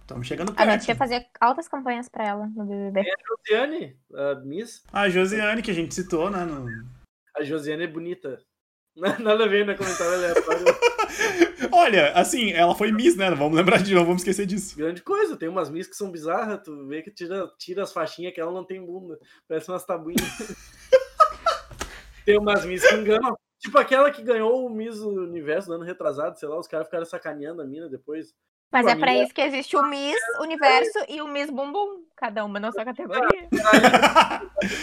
Speaker 1: Estamos chegando
Speaker 4: A minha tia
Speaker 1: perto.
Speaker 4: fazia altas campanhas pra ela no BBB.
Speaker 3: Josiane, a Miss.
Speaker 1: A Josiane, que a gente citou, né? no-
Speaker 3: A Josiane é bonita. Na- Nada a ver no comentário aleatório.
Speaker 1: Olha, assim, ela foi Miss, né? Não Vamos lembrar de novo, vamos esquecer disso.
Speaker 3: Grande coisa, tem umas Miss que são bizarras, tu vê que tira, tira as faixinhas que ela não tem bunda. Parece umas tabuinhas. tem umas Miss que enganam. Tipo aquela que ganhou o Miss Universo no ano retrasado, sei lá, os caras ficaram sacaneando a mina depois.
Speaker 4: Mas
Speaker 3: Pra
Speaker 4: é pra
Speaker 3: mim, é-
Speaker 4: isso que existe o Miss Universo e o Miss Bumbum. Cada uma na sua categoria.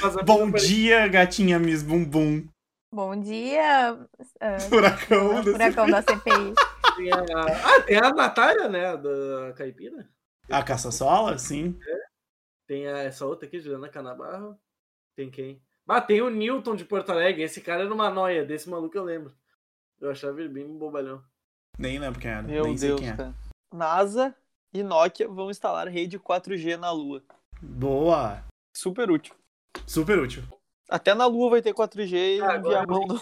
Speaker 3: Mas a
Speaker 1: Bom
Speaker 3: mina parece-
Speaker 1: dia, gatinha Miss Bumbum.
Speaker 4: Bom dia, ah,
Speaker 1: Furacão. do-
Speaker 4: furacão da CPI.
Speaker 3: tem a- Ah, tem a Natália, né? Da Caipira.
Speaker 1: A caça-sola, sim.
Speaker 3: Tem a- essa outra aqui, Juliana Canabarro. Tem quem? Ah, tem o Newton de Porto Alegre. Esse cara era uma noia, desse maluco eu lembro. Eu achava ele bem bobalhão.
Speaker 1: Nem lembro quem era.
Speaker 2: Meu
Speaker 1: nem sei
Speaker 2: Deus,
Speaker 1: quem é.
Speaker 2: cara. NASA e Nokia vão instalar rede 4G na Lua.
Speaker 1: Boa.
Speaker 2: Super útil.
Speaker 1: Super útil.
Speaker 2: Até na Lua vai ter 4G e
Speaker 3: Ah,
Speaker 2: um
Speaker 3: agora
Speaker 2: viamão do...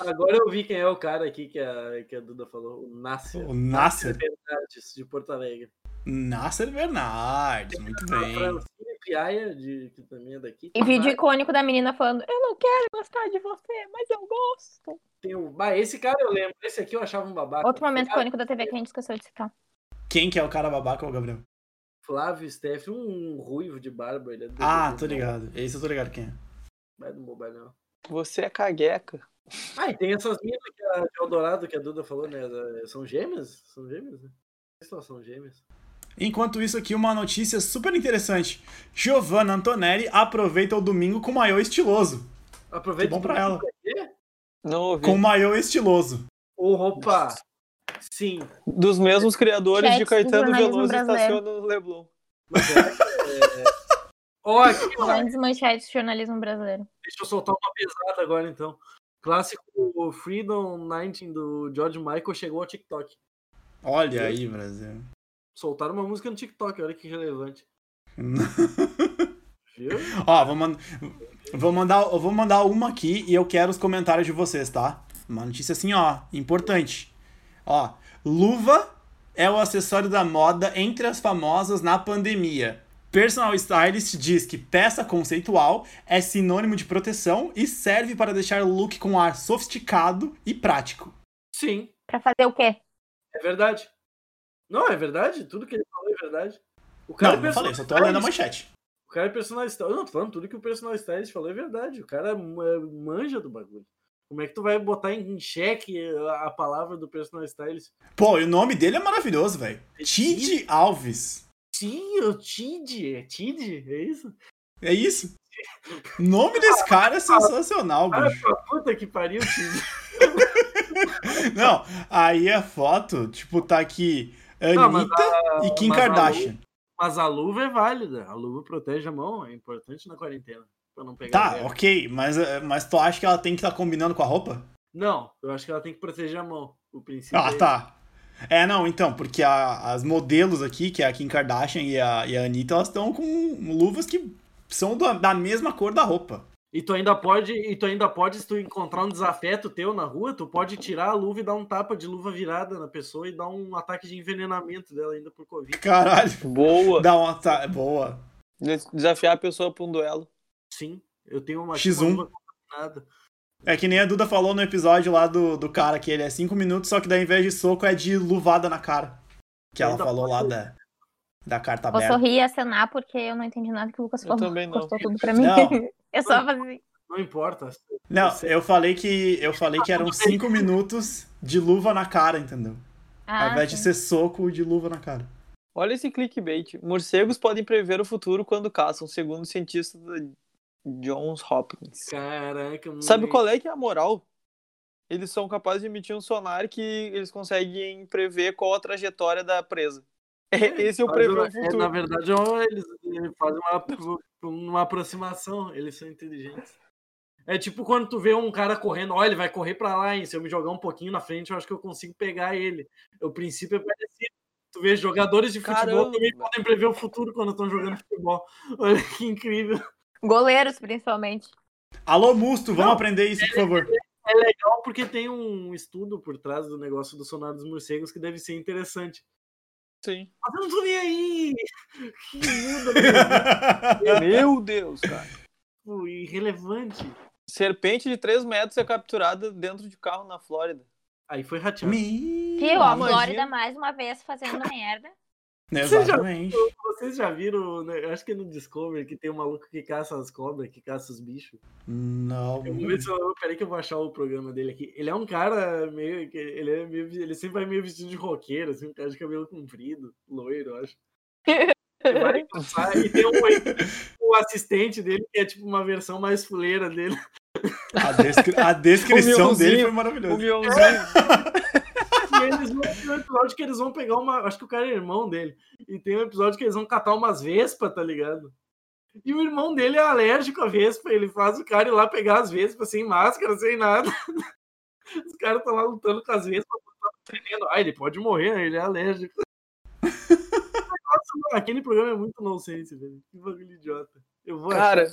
Speaker 3: Agora eu vi quem é o cara aqui que a, que a Duda falou. O Nasser.
Speaker 1: o Nasser.
Speaker 3: Bernardes, de Porto Alegre.
Speaker 1: Nasser Bernardes. Muito
Speaker 3: A
Speaker 1: bem.
Speaker 3: Francine Piaia, de, que também é daqui.
Speaker 4: E vídeo icônico da menina falando: Eu não quero gostar de você, mas eu gosto.
Speaker 3: Tem o... bah, esse cara eu lembro. Esse aqui eu achava um babaca.
Speaker 4: Outro momento
Speaker 3: Flávio-
Speaker 4: icônico da TV que a gente esqueceu de citar.
Speaker 1: Quem que é o cara babaca, ô Gabriel?
Speaker 3: Flávio Steff, um ruivo de barba. Ele é do-
Speaker 1: Ah,
Speaker 3: do-
Speaker 1: tô ligado. Esse eu tô ligado quem é.
Speaker 3: Vai do bobalhão.
Speaker 2: Você é cagueca.
Speaker 3: Ah, e tem essas minas que a, de Eldorado que a Duda falou, né? São gêmeas? São gêmeas, né? Não sei se elas são gêmeas.
Speaker 1: Enquanto isso aqui, uma notícia super interessante. Giovanna Antonelli aproveita o domingo com maiô estiloso.
Speaker 3: Aproveita
Speaker 1: Que bom
Speaker 3: e
Speaker 1: pra
Speaker 3: assim, bota
Speaker 1: ela.
Speaker 3: pra quê?
Speaker 2: Não ouvi.
Speaker 1: Com maiô estiloso.
Speaker 3: Opa! Sim.
Speaker 2: Dos mesmos criadores
Speaker 4: Chat
Speaker 2: de
Speaker 4: do
Speaker 2: Caetano
Speaker 4: jornalismo
Speaker 2: Veloso e
Speaker 4: brasileiro.
Speaker 2: Estaciona no Leblon.
Speaker 3: Mas é, é... Ó, aqui, ó,
Speaker 4: Grandes manchetes do jornalismo brasileiro.
Speaker 3: deixa eu soltar uma pesada agora então. Clássico Freedom 19 do George Michael chegou ao TikTok.
Speaker 1: Olha aí, Brasil.
Speaker 3: Soltaram uma música no TikTok, olha que relevante. Viu?
Speaker 1: Ó, vou, man- vou mandar, eu vou mandar uma aqui e eu quero os comentários de vocês, tá? Uma notícia assim, ó, importante. Ó, luva é o acessório da moda entre as famosas na pandemia. Personal stylist diz que peça conceitual é sinônimo de proteção e serve para deixar o look com ar sofisticado e prático.
Speaker 3: Sim,
Speaker 4: Pra fazer o quê?
Speaker 3: é verdade. Não, é verdade. Tudo que ele falou é verdade. O
Speaker 1: Não, não
Speaker 3: pensou-
Speaker 1: falei, só tô lendo a manchete.
Speaker 3: O cara é personal stylist. Não, tô falando tudo que o personal stylist falou é verdade. O cara ma- manja do bagulho. Como é que tu vai botar em em xeque a a palavra do personal stylist?
Speaker 1: Pô, e o nome dele é maravilhoso, velho. Tid Alves.
Speaker 3: Sim, o Tid. É Tid? É isso?
Speaker 1: É isso. O nome desse cara é sensacional,
Speaker 3: Ah,
Speaker 1: bicho.
Speaker 3: pra puta que pariu, Tid.
Speaker 1: Não, aí a foto, tipo, tá aqui
Speaker 3: Não, mas
Speaker 1: Anitta e Kim
Speaker 3: mas a
Speaker 1: Kardashian.
Speaker 3: Mas a luva é válida. A luva protege a mão. É importante na quarentena. Pra não pegar.
Speaker 1: Tá,
Speaker 3: verme.
Speaker 1: ok, mas, eh, mas tu acha que ela tem que estar combinando com a roupa?
Speaker 3: Não, eu acho que ela tem que proteger a mão. O princípio.
Speaker 1: Ah,
Speaker 3: é
Speaker 1: tá. É, não, então, porque a- as modelos aqui, que é a Kim Kardashian e a, e a Anitta, elas estão com luvas que são da, da mesma cor da roupa.
Speaker 3: E tu ainda pode, e tu ainda pode, se tu encontrar um desafeto teu na rua, tu pode tirar a luva e dar um tapa de luva virada na pessoa e dar um ataque de envenenamento dela ainda por Covid.
Speaker 1: Caralho,
Speaker 2: Boa.
Speaker 1: dá uma. ta- Boa.
Speaker 2: Des- Desafiar a pessoa pra um duelo.
Speaker 3: Sim, eu tenho uma,
Speaker 1: X1.
Speaker 3: uma luva contaminada.
Speaker 1: É que nem a Duda falou no episódio lá do, do cara que ele é 5 minutos, só que daí, ao invés de soco é de luvada na cara. Que ela
Speaker 3: Ainda
Speaker 1: falou lá da, da carta
Speaker 4: Vou
Speaker 1: aberta.
Speaker 4: sorrir e acenar porque eu não entendi nada que o Lucas
Speaker 2: Eu
Speaker 4: falou.
Speaker 2: também não.
Speaker 4: Cortou tudo pra mim.
Speaker 1: Não.
Speaker 4: Eu só fazia.
Speaker 3: Não importa.
Speaker 1: Não,
Speaker 3: Você-
Speaker 1: eu falei que eu falei que eram 5 minutos de luva na cara, entendeu? Ao
Speaker 4: Ah,
Speaker 1: invés de
Speaker 4: sim.
Speaker 1: ser soco de luva na cara.
Speaker 2: Olha esse clickbait. Morcegos podem prever o futuro quando caçam, segundo o cientista da Johns Hopkins.
Speaker 3: Caraca, mano.
Speaker 2: Sabe qual é que é a moral? Eles são capazes de emitir um sonar que eles conseguem prever qual a trajetória da presa. É, esse é o prever o
Speaker 3: é, Na
Speaker 2: futuro.
Speaker 3: verdade, é uma- eles eles fazem uma, apro- uma aproximação, eles são inteligentes. É tipo quando tu vê um cara correndo, olha, ele vai correr pra lá, hein? Se eu me jogar um pouquinho na frente, eu acho que eu consigo pegar ele. O princípio é parecido. Tu vê jogadores de futebol
Speaker 2: Caramba.
Speaker 3: também podem prever o futuro quando estão jogando futebol. Olha que incrível.
Speaker 4: Goleiros, principalmente.
Speaker 1: Alô, Musto, vamos aprender isso, por favor.
Speaker 3: Não, porque tem um estudo por trás do negócio do sonar dos morcegos que deve ser interessante.
Speaker 2: Sim.
Speaker 3: Mas eu não tô nem aí! Que muda,
Speaker 2: Meu Deus, cara.
Speaker 3: tipo, irrelevante.
Speaker 2: Serpente de 3 metros é capturada dentro de carro na Flórida.
Speaker 3: Aí foi rateado.
Speaker 1: Me-
Speaker 4: Viu? Ó,
Speaker 2: imagina.
Speaker 4: Flórida mais uma vez fazendo merda.
Speaker 1: Exatamente.
Speaker 3: Vocês já viram, né? eu acho que é no Discovery que tem um maluco que caça as cobras, que caça os bichos.
Speaker 1: Não.
Speaker 3: Eu vou ver se eu, peraí que eu vou achar o programa dele aqui. Ele é um cara meio que ele é meio ele sempre vai meio vestido de roqueiro, assim, um cara de cabelo comprido, loiro, eu acho. Ele vai caçar e tem um, um assistente dele que é tipo uma versão mais fuleira dele.
Speaker 1: A, descri- a descrição
Speaker 3: um
Speaker 2: Humildozinho.
Speaker 1: dele foi
Speaker 2: O
Speaker 1: maravilhosa.
Speaker 2: Mionzinho.
Speaker 3: E eles vão tem um episódio que eles vão pegar uma. Acho que o cara é irmão dele. E tem um episódio que eles vão catar umas vespas, tá ligado? E o irmão dele é alérgico à vespa. Ele faz o cara ir lá pegar as vespas sem máscara, sem nada. Os caras estão lá lutando com as vespas. botando veneno. Ah, ele pode morrer, né? ele é alérgico. Nossa, mano, aquele programa é muito nonsense, velho. Que bagulho idiota. Eu vou achar.
Speaker 2: Cara,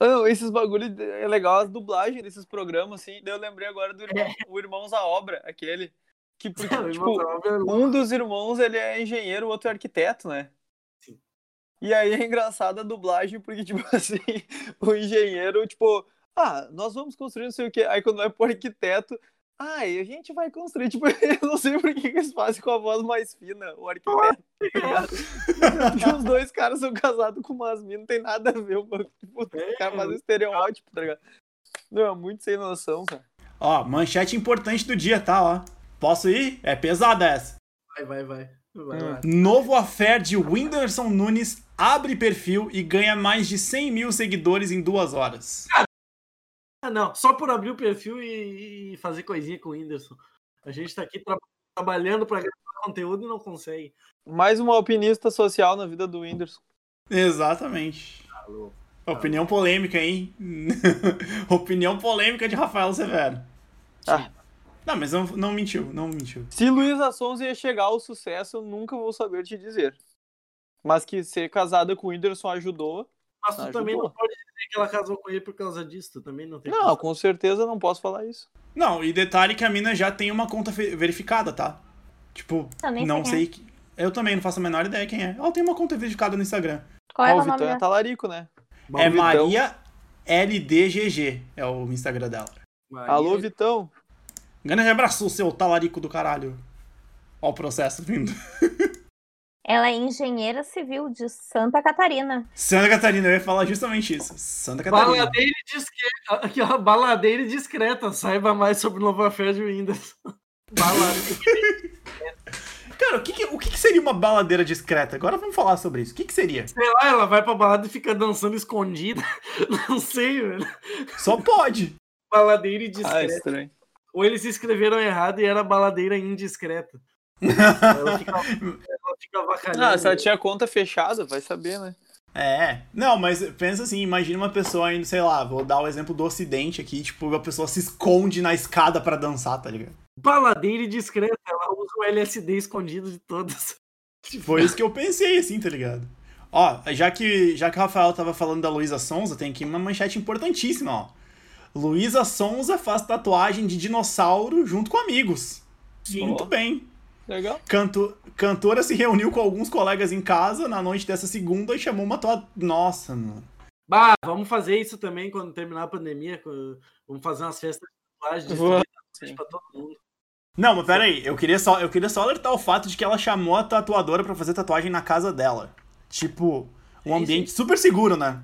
Speaker 2: não, esses bagulho de- é legal, as dublagens desses programas, assim. Daí eu lembrei agora do irmão, o Irmãos à Obra, aquele. Que, porque,
Speaker 3: Cara,
Speaker 2: tipo, um dos irmãos ele é engenheiro, o outro é arquiteto, né?
Speaker 3: Sim.
Speaker 2: E aí é engraçada a dublagem, porque, tipo assim, o engenheiro, tipo, ah, nós vamos construir não sei o quê. Aí quando vai pro arquiteto, ah, e a gente vai construir. Tipo, eu não sei por que que eles fazem com a voz mais fina, o arquiteto. tá ligado? Porque os dois caras são casados com umas minas, não tem nada a ver. o bagulho. Tipo, os caras fazem estereótipo, tá ligado? Não, é muito sem noção, cara.
Speaker 1: Ó, manchete importante do dia, tá? Ó. Posso ir? É pesada essa.
Speaker 3: Vai, vai, vai. Vai lá.
Speaker 1: É. Novo affair de Whindersson Nunes abre perfil e ganha mais de 100 mil seguidores em duas horas.
Speaker 3: Ah, não. Só por abrir o perfil e, e fazer coisinha com o Whindersson. A gente tá aqui tra- trabalhando pra gravar conteúdo e não consegue.
Speaker 2: Mais uma alpinista social na vida do Whindersson.
Speaker 1: Exatamente.
Speaker 3: Tá louco.
Speaker 1: Opinião polêmica, hein? Opinião polêmica de Rafael Severo.
Speaker 2: Ah.
Speaker 1: Não, mas não, não mentiu, não mentiu.
Speaker 2: Se Luiz Sonza ia chegar ao sucesso, eu nunca vou saber te dizer. Mas que ser casada com o Whindersson ajudou.
Speaker 3: Mas tu
Speaker 2: Ajudou.
Speaker 3: também não pode dizer que ela casou com ele por causa disso. Tu também não tem
Speaker 2: Não, com certeza não posso falar isso.
Speaker 1: Não, e detalhe que a mina já tem uma conta fe- verificada, tá? Tipo,
Speaker 4: Também
Speaker 1: não
Speaker 4: sei é.
Speaker 1: sei. que- Eu também não faço a menor ideia quem é. Ela tem uma conta verificada no Instagram.
Speaker 4: Qual é
Speaker 2: Ah, o
Speaker 4: o nome
Speaker 2: Vitão é
Speaker 4: dela?
Speaker 2: talarico, né?
Speaker 1: é
Speaker 2: Vitão.
Speaker 1: Maria LDGG, é o Instagram dela.
Speaker 2: Alô, Vitão.
Speaker 1: Grande abraço, seu talarico do caralho. Ó o processo vindo.
Speaker 4: Ela é engenheira civil de Santa Catarina.
Speaker 1: Santa Catarina, eu ia falar justamente isso. Santa Catarina.
Speaker 3: Baladeira discreta. Aqui, ó, baladeira e discreta. Saiba mais sobre o Nova Fé de Windows. Baladeira.
Speaker 1: Cara, o, que, que- o que, que seria uma baladeira discreta? Agora vamos falar sobre isso. O que, que seria?
Speaker 3: Sei lá, ela vai pra balada e fica dançando escondida. Não sei, velho.
Speaker 1: Só pode.
Speaker 3: Baladeira e
Speaker 2: Ah,
Speaker 3: discreta.
Speaker 2: estranho.
Speaker 3: Ou eles se escreveram errado e era baladeira indiscreta. ela fica, ela fica avacalhando.
Speaker 2: Ah, se ela tinha conta fechada, vai saber, né?
Speaker 1: É. Não, mas pensa assim, imagina uma pessoa indo, sei lá, vou dar o exemplo do ocidente aqui, tipo, a pessoa se esconde na escada pra dançar, tá ligado?
Speaker 3: Baladeira e discreta. Ela usa o LSD escondido de todas.
Speaker 1: Foi isso que eu pensei, assim, tá ligado? Ó, já que, já que o Rafael tava falando da Luísa Sonza, tem aqui uma manchete importantíssima, ó. Luísa Sonza faz tatuagem de dinossauro junto com amigos.
Speaker 2: Sim.
Speaker 1: Muito bem.
Speaker 2: Legal.
Speaker 1: Canto, cantora se reuniu com alguns colegas em casa na noite dessa segunda e chamou uma tatuagem. Nossa, mano.
Speaker 3: Bah, vamos fazer isso também quando terminar a pandemia. quando- Vamos fazer umas festas de tatuagem, distribuir tatuagem pra todo mundo.
Speaker 1: Não, mas peraí, eu queria, só, eu queria só alertar o fato de que ela chamou a tatuadora pra fazer tatuagem na casa dela. Tipo, um
Speaker 3: Sim,
Speaker 1: ambiente super seguro, né?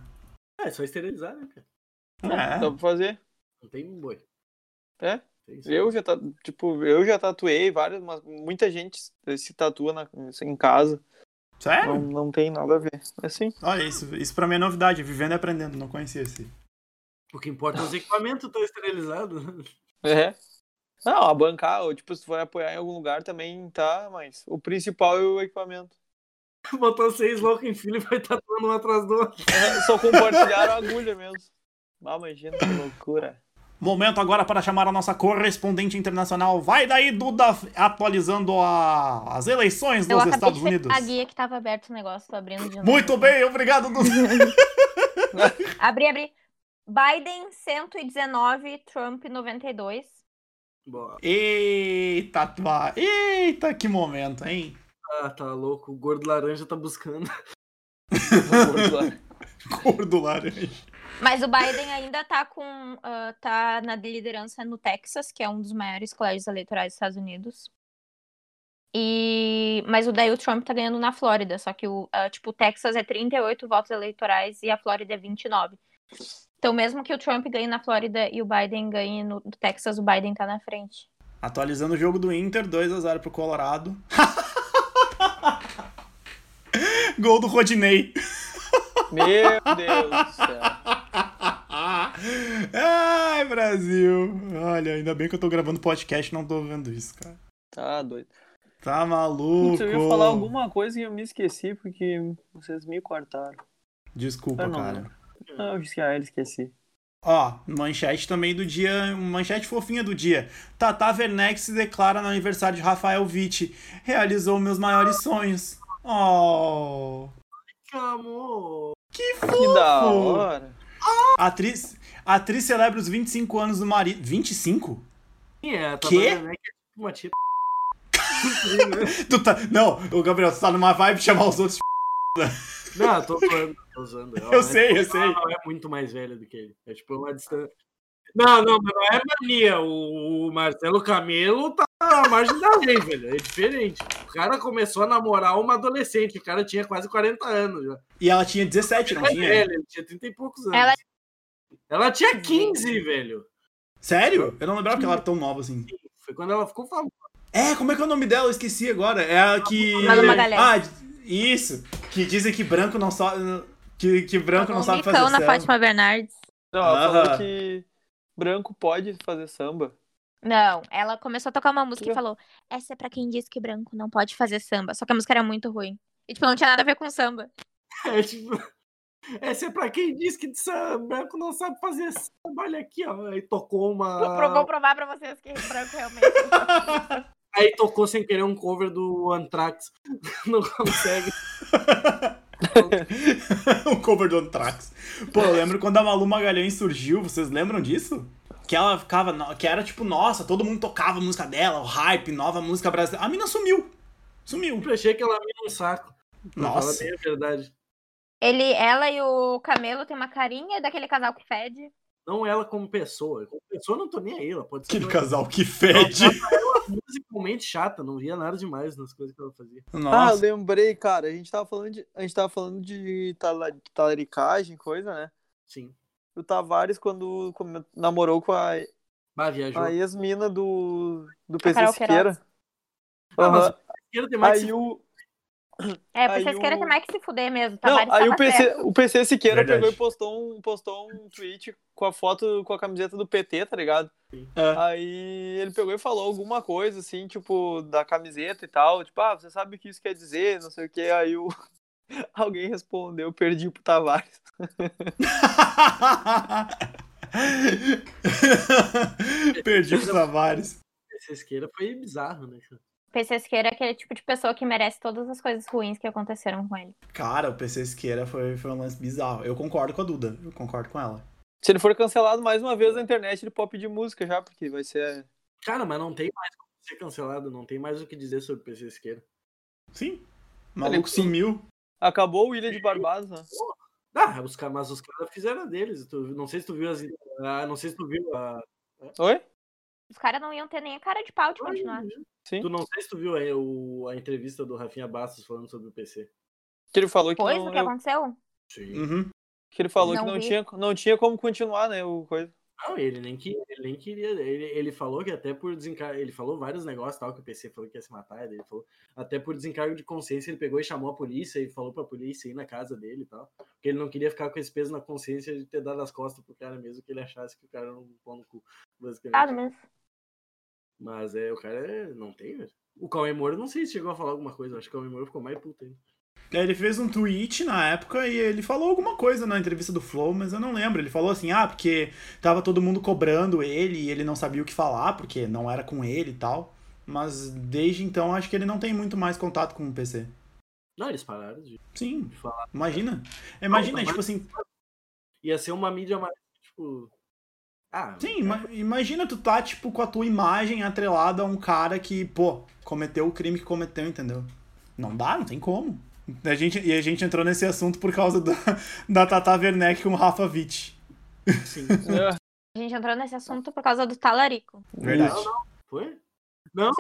Speaker 3: Ah, É só esterilizar, né, cara?
Speaker 1: É.
Speaker 2: Dá pra fazer.
Speaker 3: Não tem um boi.
Speaker 2: É?
Speaker 3: Tem isso.
Speaker 2: Eu já, ta- tipo, eu já tatuei várias, mas muita gente se tatua na- em casa.
Speaker 1: Sério?
Speaker 2: Não, não tem nada a ver. É assim.
Speaker 1: Olha, isso, isso pra mim é novidade, vivendo e aprendendo, não conhecia esse.
Speaker 3: O que importa é os equipamentos estão esterilizados.
Speaker 2: É. Não, a bancar, ou tipo, se tu vai apoiar em algum lugar também, tá, mas o principal é o equipamento.
Speaker 3: Botou seis loucos em filho e vai tatuando um atrás do outro.
Speaker 2: É, Só compartilharam a agulha mesmo. Ah, imagina que loucura.
Speaker 1: Momento agora para chamar a nossa correspondente internacional. Vai daí, Duda, atualizando a- as eleições
Speaker 4: Eu
Speaker 1: dos
Speaker 4: acabei
Speaker 1: Estados
Speaker 4: de né? ver
Speaker 1: Unidos.
Speaker 4: a guia que tava aberto o negócio, tô abrindo de novo.
Speaker 1: Muito bem, obrigado, Duda.
Speaker 4: Abri, abri. Biden 119, Trump 92.
Speaker 3: Boa.
Speaker 1: Eita, tua... Eita, que momento, hein?
Speaker 3: Ah, tá louco. O gordo laranja tá buscando.
Speaker 1: Cor do laranja.
Speaker 4: Mas o Biden ainda tá com ah, tá na liderança no Texas, que é um dos maiores colégios eleitorais dos Estados Unidos. E mas o daí o Trump tá ganhando na Flórida, só que o ah, tipo o Texas é 38 votos eleitorais e a Flórida é 29. Então mesmo que o Trump ganhe na Flórida e o Biden ganhe no no Texas, o Biden tá na frente.
Speaker 1: Atualizando o jogo do Inter, 2x0 pro Colorado. Gol do Rodinei.
Speaker 2: Meu Deus do céu.
Speaker 1: Ai, Brasil. Olha, ainda bem que eu tô gravando podcast e não tô vendo isso, cara.
Speaker 2: Tá doido.
Speaker 1: Tá maluco.
Speaker 2: Putz, eu ia falar alguma coisa e eu me esqueci porque vocês me cortaram.
Speaker 1: Desculpa,
Speaker 2: Eu não,
Speaker 1: cara.
Speaker 2: né? Ah, eu esque- ah, eu esqueci.
Speaker 1: Ó, manchete também do dia, manchete fofinha do dia. Tata Werneck se declara no aniversário de Rafael Witt. Realizou meus maiores sonhos. Oh.
Speaker 3: Que amor.
Speaker 2: Que da hora.
Speaker 1: Atriz, atriz celebra os 25 anos do marido. 25?
Speaker 3: Quem é? Tá
Speaker 1: Quê?
Speaker 3: Né? Que é tipo uma tita.
Speaker 1: Tu tá, não, o Gabriel, tu tá numa vibe de chamar os outros. de
Speaker 3: Não, tô zoando. Tô zoando.
Speaker 1: Eu sei, eu sei.
Speaker 3: Ela é muito mais velha do que ele. É tipo uma distância. Não, não, mas não é mania. O o Marcelo Camelo tá à margem da lei, velho. É diferente. O cara começou a namorar uma adolescente. O cara tinha quase 40 anos já.
Speaker 1: E ela tinha 17, não
Speaker 3: mais
Speaker 1: tinha?
Speaker 3: velha, ele tinha 30 e poucos anos.
Speaker 4: Ela-
Speaker 3: Ela, tinha 15, velho.
Speaker 1: Sério? Eu não lembrava que ela era tão nova assim.
Speaker 3: Foi quando ela ficou famosa.
Speaker 1: É, como é que é o nome dela? Eu esqueci agora. É a que.
Speaker 4: Malu Magalhães.
Speaker 1: Ah, isso. Que dizem que branco não sabe. Que, que branco não
Speaker 4: Um
Speaker 1: sabe fazer
Speaker 4: bicão na
Speaker 1: samba.
Speaker 4: Fátima Bernardes.
Speaker 2: Não, ela
Speaker 1: Aham.
Speaker 2: falou que branco pode fazer samba.
Speaker 4: Não, ela começou a tocar uma música
Speaker 2: Que-
Speaker 4: e falou: Essa é pra quem diz que branco não pode fazer samba. Só que a música era muito ruim. E, tipo, não tinha nada a ver com samba.
Speaker 3: É, tipo, essa é pra quem diz que sa- branco não sabe fazer samba. Olha aqui, ó. Aí tocou
Speaker 4: Pro- Vou
Speaker 3: uma.
Speaker 4: provar pra vocês que branco realmente.
Speaker 3: Aí tocou sem querer um cover do Anthrax. Não consegue.
Speaker 1: o cover do Anthrax. Pô, eu lembro quando a Malu Magalhães surgiu, vocês lembram disso? Que ela ficava. no- Que era tipo, nossa, todo mundo tocava a música dela, o hype, nova música brasileira. A mina sumiu. Sumiu.
Speaker 3: Eu achei que ela me um saco. pra falar
Speaker 1: Nossa.
Speaker 3: bem a verdade.
Speaker 4: Ele, ela e o Camelo tem uma carinha daquele casal que fede.
Speaker 3: Não ela como pessoa. Como pessoa eu não tô nem aí. Ela pode ser
Speaker 1: Aquele
Speaker 3: uma-
Speaker 1: casal que fede.
Speaker 3: musicalmente chata. Não via nada demais nas coisas que ela fazia.
Speaker 2: Ah,
Speaker 1: Nossa.
Speaker 2: lembrei, cara. A gente tava falando de, a gente tava falando de tala- talaricagem, coisa, né?
Speaker 3: Sim.
Speaker 2: O Tavares, quando come- namorou com a,
Speaker 3: Bah, viajou.
Speaker 2: a ex-mina do, do
Speaker 4: Carol
Speaker 2: PC Siqueira.
Speaker 3: Ah, mas
Speaker 2: Aham.
Speaker 3: Quero ter mais
Speaker 2: Aí o,
Speaker 4: É,
Speaker 2: Aí
Speaker 4: vocês querem
Speaker 2: o-
Speaker 4: ter mais que se fuder mesmo. tá? Tavares
Speaker 2: não, aí
Speaker 4: tava
Speaker 2: o PC,
Speaker 4: certo.
Speaker 2: o PC Siqueira
Speaker 1: Verdade.
Speaker 2: pegou e postou um, postou um tweet com a foto, com a camiseta do PT, tá ligado?
Speaker 1: É.
Speaker 2: Aí ele pegou e falou alguma coisa, assim, tipo, da camiseta e tal. Tipo, ah, você sabe o que isso quer dizer, não sei o que. Aí o... alguém respondeu, perdi pro Tavares.
Speaker 1: Perdi os Tavares.
Speaker 3: essa esquerda foi bizarro, né? cara?
Speaker 4: O PC Siqueira é aquele tipo de pessoa que merece todas as coisas ruins que aconteceram com ele.
Speaker 1: Cara, o PC Siqueira foi, foi um lance bizarro. Eu concordo com a Duda. Eu concordo com ela.
Speaker 2: Se ele for cancelado mais uma vez na internet, ele pop de música já, porque vai ser.
Speaker 3: Cara, mas não tem mais como ser cancelado, não tem mais o que dizer sobre o PC Esquerda.
Speaker 1: Sim. O maluco
Speaker 2: Ele-
Speaker 1: sumiu.
Speaker 2: Acabou o Ilha de Barbados, né?
Speaker 3: Ah, os, ca- mas os caras fizeram a deles. tu- não sei se tu viu as. ah, não sei se tu viu a.
Speaker 2: Oi?
Speaker 4: Os caras não iam ter nem a cara de pau de continuar.
Speaker 2: Sim.
Speaker 3: Tu não sei se tu viu aí o- a entrevista do Rafinha Bastos falando sobre o PC.
Speaker 2: Que ele falou que
Speaker 4: Depois
Speaker 2: não,
Speaker 4: do que aconteceu?
Speaker 3: Sim.
Speaker 1: Uhum.
Speaker 2: que ele falou
Speaker 4: Não
Speaker 2: que não
Speaker 4: vi.
Speaker 2: tinha, não tinha como continuar, né? O coisa.
Speaker 3: Não, ele nem, que, ele nem queria. Ele, ele falou que até por desencargo. Ele falou vários negócios tal, que o PC falou que ia se matar. Ele falou, até por desencargo de consciência, ele pegou e chamou a polícia e falou pra polícia ir na casa dele e tal. Porque ele não queria ficar com esse peso na consciência de ter dado as costas pro cara mesmo que ele achasse que o cara era um pau no cu,
Speaker 4: Ah,
Speaker 3: basicamente.
Speaker 4: mas
Speaker 3: Mas é, o cara é- não tem, velho. O Cauê Moura, eu não sei se chegou a falar alguma coisa. eu Acho que o Cauê Moura ficou mais puto ainda.
Speaker 1: Ele fez um tweet na época e ele falou alguma coisa na entrevista do Flow, mas eu não lembro. Ele falou assim: ah, porque tava todo mundo cobrando ele e ele não sabia o que falar, porque não era com ele e tal. Mas desde então acho que ele não tem muito mais contato com o PC.
Speaker 3: Não, eles pararam de
Speaker 1: Sim,
Speaker 3: de falar.
Speaker 1: imagina. Imagina,
Speaker 3: mas-
Speaker 1: tipo assim,
Speaker 3: Ia ser uma mídia mais, tipo. Ah,
Speaker 1: Sim, ima- imagina tu tá, tipo, com a tua imagem atrelada a um cara que, pô, cometeu o crime que cometeu, entendeu? Não dá, não tem como. A gente, e a gente entrou nesse assunto por causa da, da Tata Werneck com o Rafa Witt.
Speaker 3: sim.
Speaker 2: É.
Speaker 4: a gente entrou nesse assunto por causa do talarico.
Speaker 1: Verdade.
Speaker 3: Não, Foi?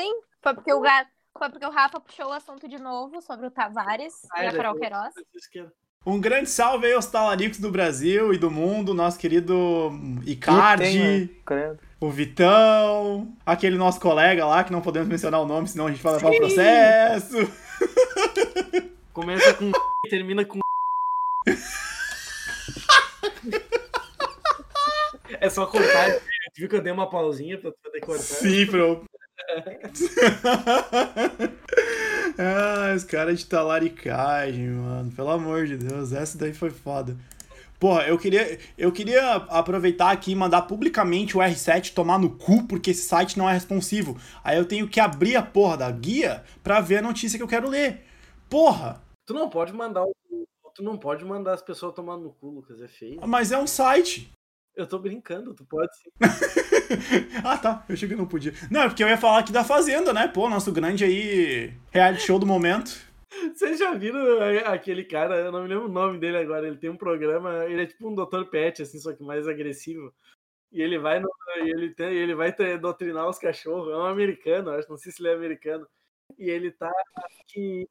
Speaker 4: Sim, foi porque o gato. Foi porque o Rafa puxou o assunto de novo sobre o Tavares
Speaker 3: Ah,
Speaker 4: e
Speaker 3: é,
Speaker 4: a Carol
Speaker 3: daquele-
Speaker 4: Queiroz.
Speaker 3: Isso que era.
Speaker 1: Um grande salve aí aos talaricos do Brasil e do mundo, nosso querido Icardi,
Speaker 2: Credo.
Speaker 1: o Vitão, aquele nosso colega lá, que não podemos mencionar o nome, senão a gente vai levar o processo.
Speaker 3: Começa com e termina com. é só cortar. Tu viu que eu dei uma pausinha pra tu poder cortar?
Speaker 1: Sim, bro. ah, os caras de talaricagem, mano. Pelo amor de Deus, essa daí foi foda. Porra, eu queria, eu queria aproveitar aqui e mandar publicamente o R7 tomar no cu, porque esse site não é responsivo. Aí eu tenho que abrir a porra da guia pra ver a notícia que eu quero ler. Porra!
Speaker 3: Tu não pode mandar o. Tu não pode mandar as pessoas tomar no cu, Lucas. É feio.
Speaker 1: Mas é um site.
Speaker 3: Eu tô brincando, tu pode sim.
Speaker 1: ah, tá. Eu achei que eu não podia. Não, é porque eu ia falar aqui da Fazenda, né? Pô, nosso grande aí reality show do momento.
Speaker 3: Vocês já viram é, aquele cara, eu não me lembro o nome dele agora, ele tem um programa, ele é tipo um Dr. Pet, assim, só que mais agressivo. E ele vai no- e ele tem, ele vai ter- doutrinar os cachorros, é um americano, eu acho, não sei se ele é americano. E ele tá que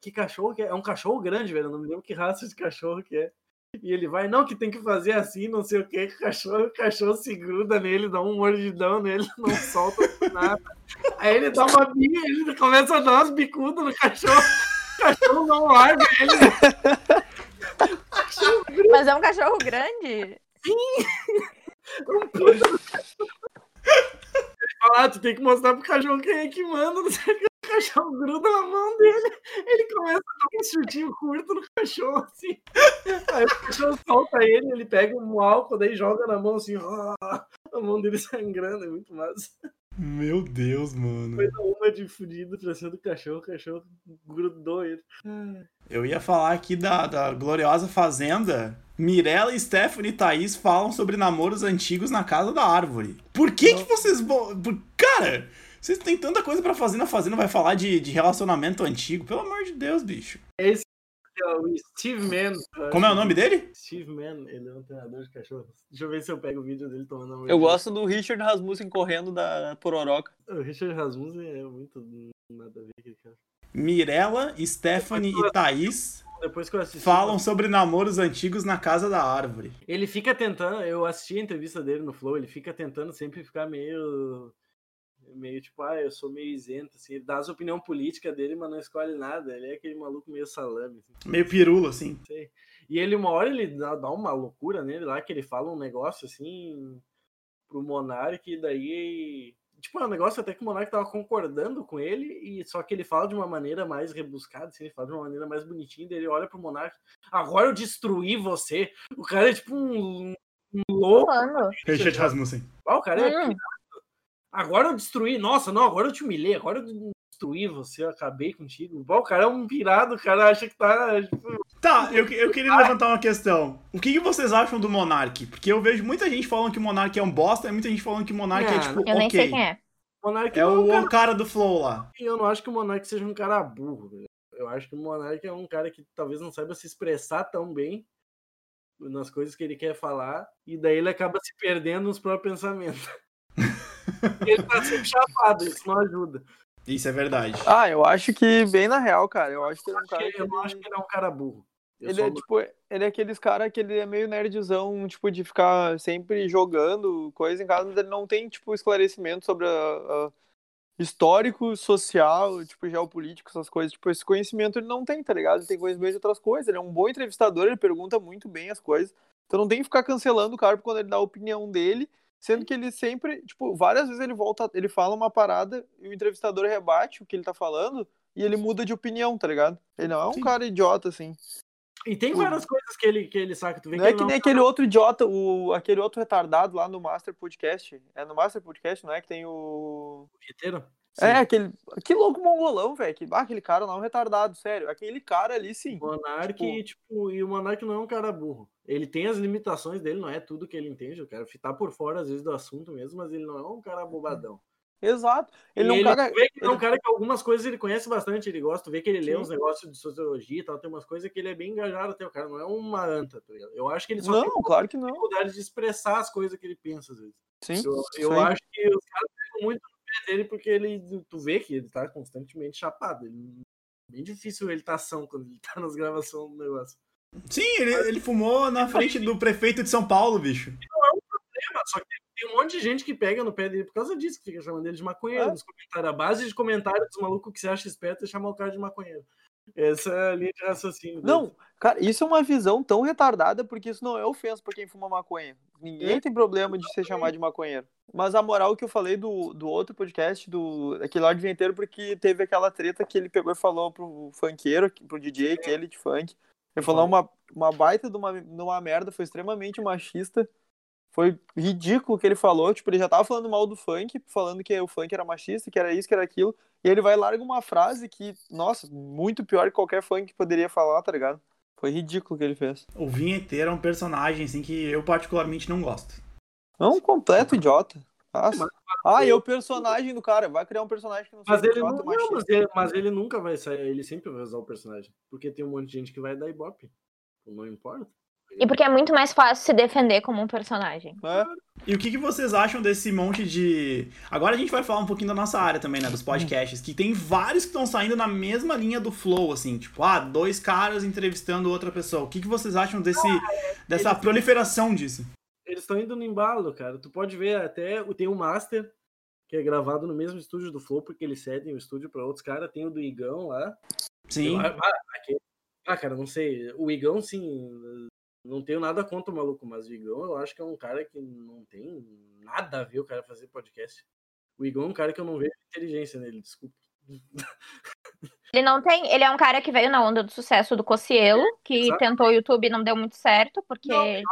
Speaker 3: que cachorro que é? É um cachorro grande, velho, eu não me lembro que raça de cachorro que é. E ele vai, não, que tem que fazer assim, não sei o que, o cachorro, o cachorro se gruda nele, dá um mordidão nele, não solta nada. Aí ele dá uma bica, ele começa a dar umas bicudas no cachorro, o cachorro não larga ele. O cachorro
Speaker 4: Mas é um cachorro grande?
Speaker 3: não é um puta. Ele fala, ah, tu tem que mostrar pro cachorro quem é que manda, não sei o que, o cachorro gruda na mão dele, ele começa a dar um chutinho curto no cachorro, assim. Aí o cachorro solta ele, ele pega um álcool, daí joga na mão, assim, ó, a mão dele sangrando, é muito massa.
Speaker 1: Meu Deus, mano.
Speaker 3: Foi na uma de fudido pra cima do cachorro, o cachorro grudou ele.
Speaker 1: Eu ia falar aqui da, da gloriosa fazenda. Mirella, Stephanie e Thaís falam sobre namoros antigos na casa da árvore. Por que que vocês... bo- por- Cara, vocês têm tanta coisa pra fazer na fazenda, vai falar de, de relacionamento antigo? Pelo amor de Deus, bicho.
Speaker 3: Aqui, ó, é O Steve Mann. eu
Speaker 1: Como é o
Speaker 3: acho
Speaker 1: nome dele?
Speaker 3: que- Steve Mann, ele é um treinador de cachorros. Deixa eu ver se eu pego o vídeo dele tomando a mordida.
Speaker 2: Eu gosto do Richard Rasmussen correndo da pororoca.
Speaker 3: O Richard Rasmussen é muito nada a ver aquele cara.
Speaker 1: Mirella, Stephanie e Thaís
Speaker 3: Depois que eu assisti. assim,
Speaker 1: falam sobre namoros antigos na casa da árvore.
Speaker 3: Ele fica tentando, eu assisti a entrevista dele no Flow, ele fica tentando sempre ficar meio. Meio tipo, ah, eu sou meio isento, assim. Ele dá as opiniões políticas dele, mas não escolhe nada. Ele é aquele maluco meio salame, assim.
Speaker 1: Meio pirula, assim.
Speaker 3: E ele, uma hora, ele dá, dá uma loucura nele lá, que ele fala um negócio assim pro Monark, e daí. Tipo, é um negócio até que o Monark tava concordando com ele, e só que ele fala de uma maneira mais rebuscada, assim, ele fala de uma maneira mais bonitinha, daí ele olha pro Monark, agora eu destruí você. O cara é tipo um, um louco.
Speaker 4: Falando.
Speaker 1: Richard Rasmussen.
Speaker 3: Ah, o cara é
Speaker 4: Hum,
Speaker 3: Agora eu destruí, nossa, não, agora eu te humilhei, agora eu destruí você, eu acabei contigo. Bom, o cara é um pirado, o cara acha que tá. tipo,
Speaker 1: Tá, eu, que- eu queria levantar uma questão. O que, que vocês acham do Monark? Porque eu vejo muita gente falando que o Monark é um bosta e muita gente falando que o Monark é
Speaker 3: Não,
Speaker 1: tipo,
Speaker 4: eu nem sei
Speaker 1: ok.
Speaker 4: quem é.
Speaker 3: o Monark
Speaker 1: É
Speaker 3: não um
Speaker 1: o,
Speaker 3: cara
Speaker 1: o cara do Flow lá.
Speaker 3: eu não acho que o Monark seja um cara burro. velho. Eu acho que o Monark é um cara que talvez não saiba se expressar tão bem nas coisas que ele quer falar, e daí ele acaba se perdendo nos próprios pensamentos. ele tá sempre chapado, isso não ajuda.
Speaker 1: Isso é verdade.
Speaker 2: Ah, eu acho que bem na real, cara. Eu acho que ele é um cara. que
Speaker 3: Eu não acho que ele é um cara burro. Eu
Speaker 2: Ele
Speaker 3: sou
Speaker 2: é
Speaker 3: um-
Speaker 2: tipo, ele é aqueles cara que ele é meio nerdzão, tipo, de ficar sempre jogando coisa em casa, mas ele não tem, tipo, esclarecimento sobre a, a- histórico, social, tipo, geopolítico, essas coisas. Tipo, esse conhecimento ele não tem, tá ligado? Ele tem conhecimento de outras coisas. Ele é um bom entrevistador, ele pergunta muito bem as coisas. Então não tem que ficar cancelando o cara quando ele dá a opinião dele, sendo que ele sempre, tipo, várias vezes ele volta, ele fala uma parada e o entrevistador rebate o que ele tá falando e ele muda de opinião, tá ligado? Ele não é um
Speaker 1: Sim.
Speaker 2: cara idiota, assim.
Speaker 3: E tem várias coisas que ele, que ele saca. Tu vê
Speaker 2: Não
Speaker 3: que
Speaker 2: é
Speaker 3: ele
Speaker 2: que
Speaker 3: não-
Speaker 2: nem aquele outro idiota, o, aquele outro retardado lá no Master Podcast. É no Master Podcast, não é? Que tem
Speaker 3: um
Speaker 2: o.
Speaker 3: Inteiro.
Speaker 2: É, aquele. Que louco mongolão, velho. Que, ah, aquele cara lá é um retardado, sério. Aquele cara ali,
Speaker 3: O
Speaker 2: sim.
Speaker 3: Monark,
Speaker 2: Tipo-
Speaker 3: tipo... e o Monark não é um cara burro. Ele tem as limitações dele, não é tudo que ele entende. O cara tá por fora, às vezes, do assunto mesmo, mas ele não é um
Speaker 2: Uhum.
Speaker 3: cara bobadão.
Speaker 2: Exato. Ele
Speaker 3: E
Speaker 2: não caga.
Speaker 3: tu vê que ele é um
Speaker 2: ele-
Speaker 3: cara que algumas coisas ele conhece bastante, ele gosta, tu vê que ele lê
Speaker 2: Sim.
Speaker 3: uns negócios de sociologia e tal, tem umas coisas que ele é bem engajado até, o cara não é uma anta, tá ligado? Eu acho que ele só tem
Speaker 2: Não, claro que não.
Speaker 3: dificuldade de expressar as coisas que ele pensa, às vezes.
Speaker 2: Sim.
Speaker 3: Eu, eu
Speaker 2: Sim.
Speaker 3: acho que os caras pegam muito no pé dele porque ele, tu vê que ele tá constantemente chapado. Ele, bem difícil ele tá são quando ele tá nas gravações do negócio.
Speaker 1: Sim, ele, ele fumou na frente do prefeito de São Paulo, bicho.
Speaker 3: problema, Só que tem um monte de gente que pega no pé dele por causa disso, que fica chamando ele de maconheiro
Speaker 2: É.
Speaker 3: nos comentários. A base de comentário dos malucos que se acha esperto é chamar o cara de maconheiro. Essa é a linha de raciocínio. dele.
Speaker 2: Não, cara, isso é uma visão tão retardada porque isso não é ofensa pra quem fuma maconha. Ninguém tem problema de ser chamado de maconheiro. Mas a moral que eu falei do, do outro podcast, do aquele lá de vinheteiro, porque teve aquela treta que ele pegou e falou pro funkeiro, pro DJ, aquele de funk. Ele falou uma, uma baita de uma, de uma merda, foi extremamente machista. Foi ridículo o que ele falou. Tipo, ele já tava falando mal do funk, falando que o funk era machista, que era isso, que era aquilo. E ele vai e larga uma frase que, nossa, muito pior que qualquer funk que poderia falar, tá ligado? Foi ridículo o que ele fez.
Speaker 1: O vinheteiro é um personagem, assim, que eu particularmente não gosto.
Speaker 2: É um completo idiota. Nossa. Ah, e o personagem do cara. Vai criar um personagem que não
Speaker 3: Mas
Speaker 2: seja
Speaker 3: ele,
Speaker 2: idiota,
Speaker 3: não, é, não,
Speaker 2: machista.
Speaker 3: mas, ele, mas ele nunca vai sair, ele sempre vai usar o personagem. Porque tem um monte de gente que vai dar ibope. Não importa.
Speaker 4: E porque é muito mais fácil se defender como um personagem.
Speaker 2: É.
Speaker 1: E o que, que vocês acham desse monte de. Agora a gente vai falar um pouquinho da nossa área também, né? Dos podcasts. Que tem vários que estão saindo na mesma linha do flow, assim. Tipo, ah, dois caras entrevistando outra pessoa. O que, que vocês acham desse, dessa
Speaker 3: eles-
Speaker 1: proliferação disso?
Speaker 3: Eles estão indo no embalo, cara. Tu pode ver até. o- Tem o Master, que é gravado no mesmo estúdio do Flow, porque eles cedem o estúdio pra outros caras. Tem o do Igão lá.
Speaker 1: Sim.
Speaker 3: Eu- ah, aqui- ah, cara, não sei. O Igão, sim. Não tenho nada contra o maluco, mas o Igão eu acho que é um cara que não tem nada a ver o cara fazer podcast. O Igão é um cara que eu não vejo inteligência nele, desculpa.
Speaker 4: Ele não tem. Ele é um cara que veio na onda do sucesso do Cocielo, que
Speaker 3: Exato.
Speaker 4: tentou o YouTube e não deu muito certo, porque
Speaker 3: Não,
Speaker 4: ele.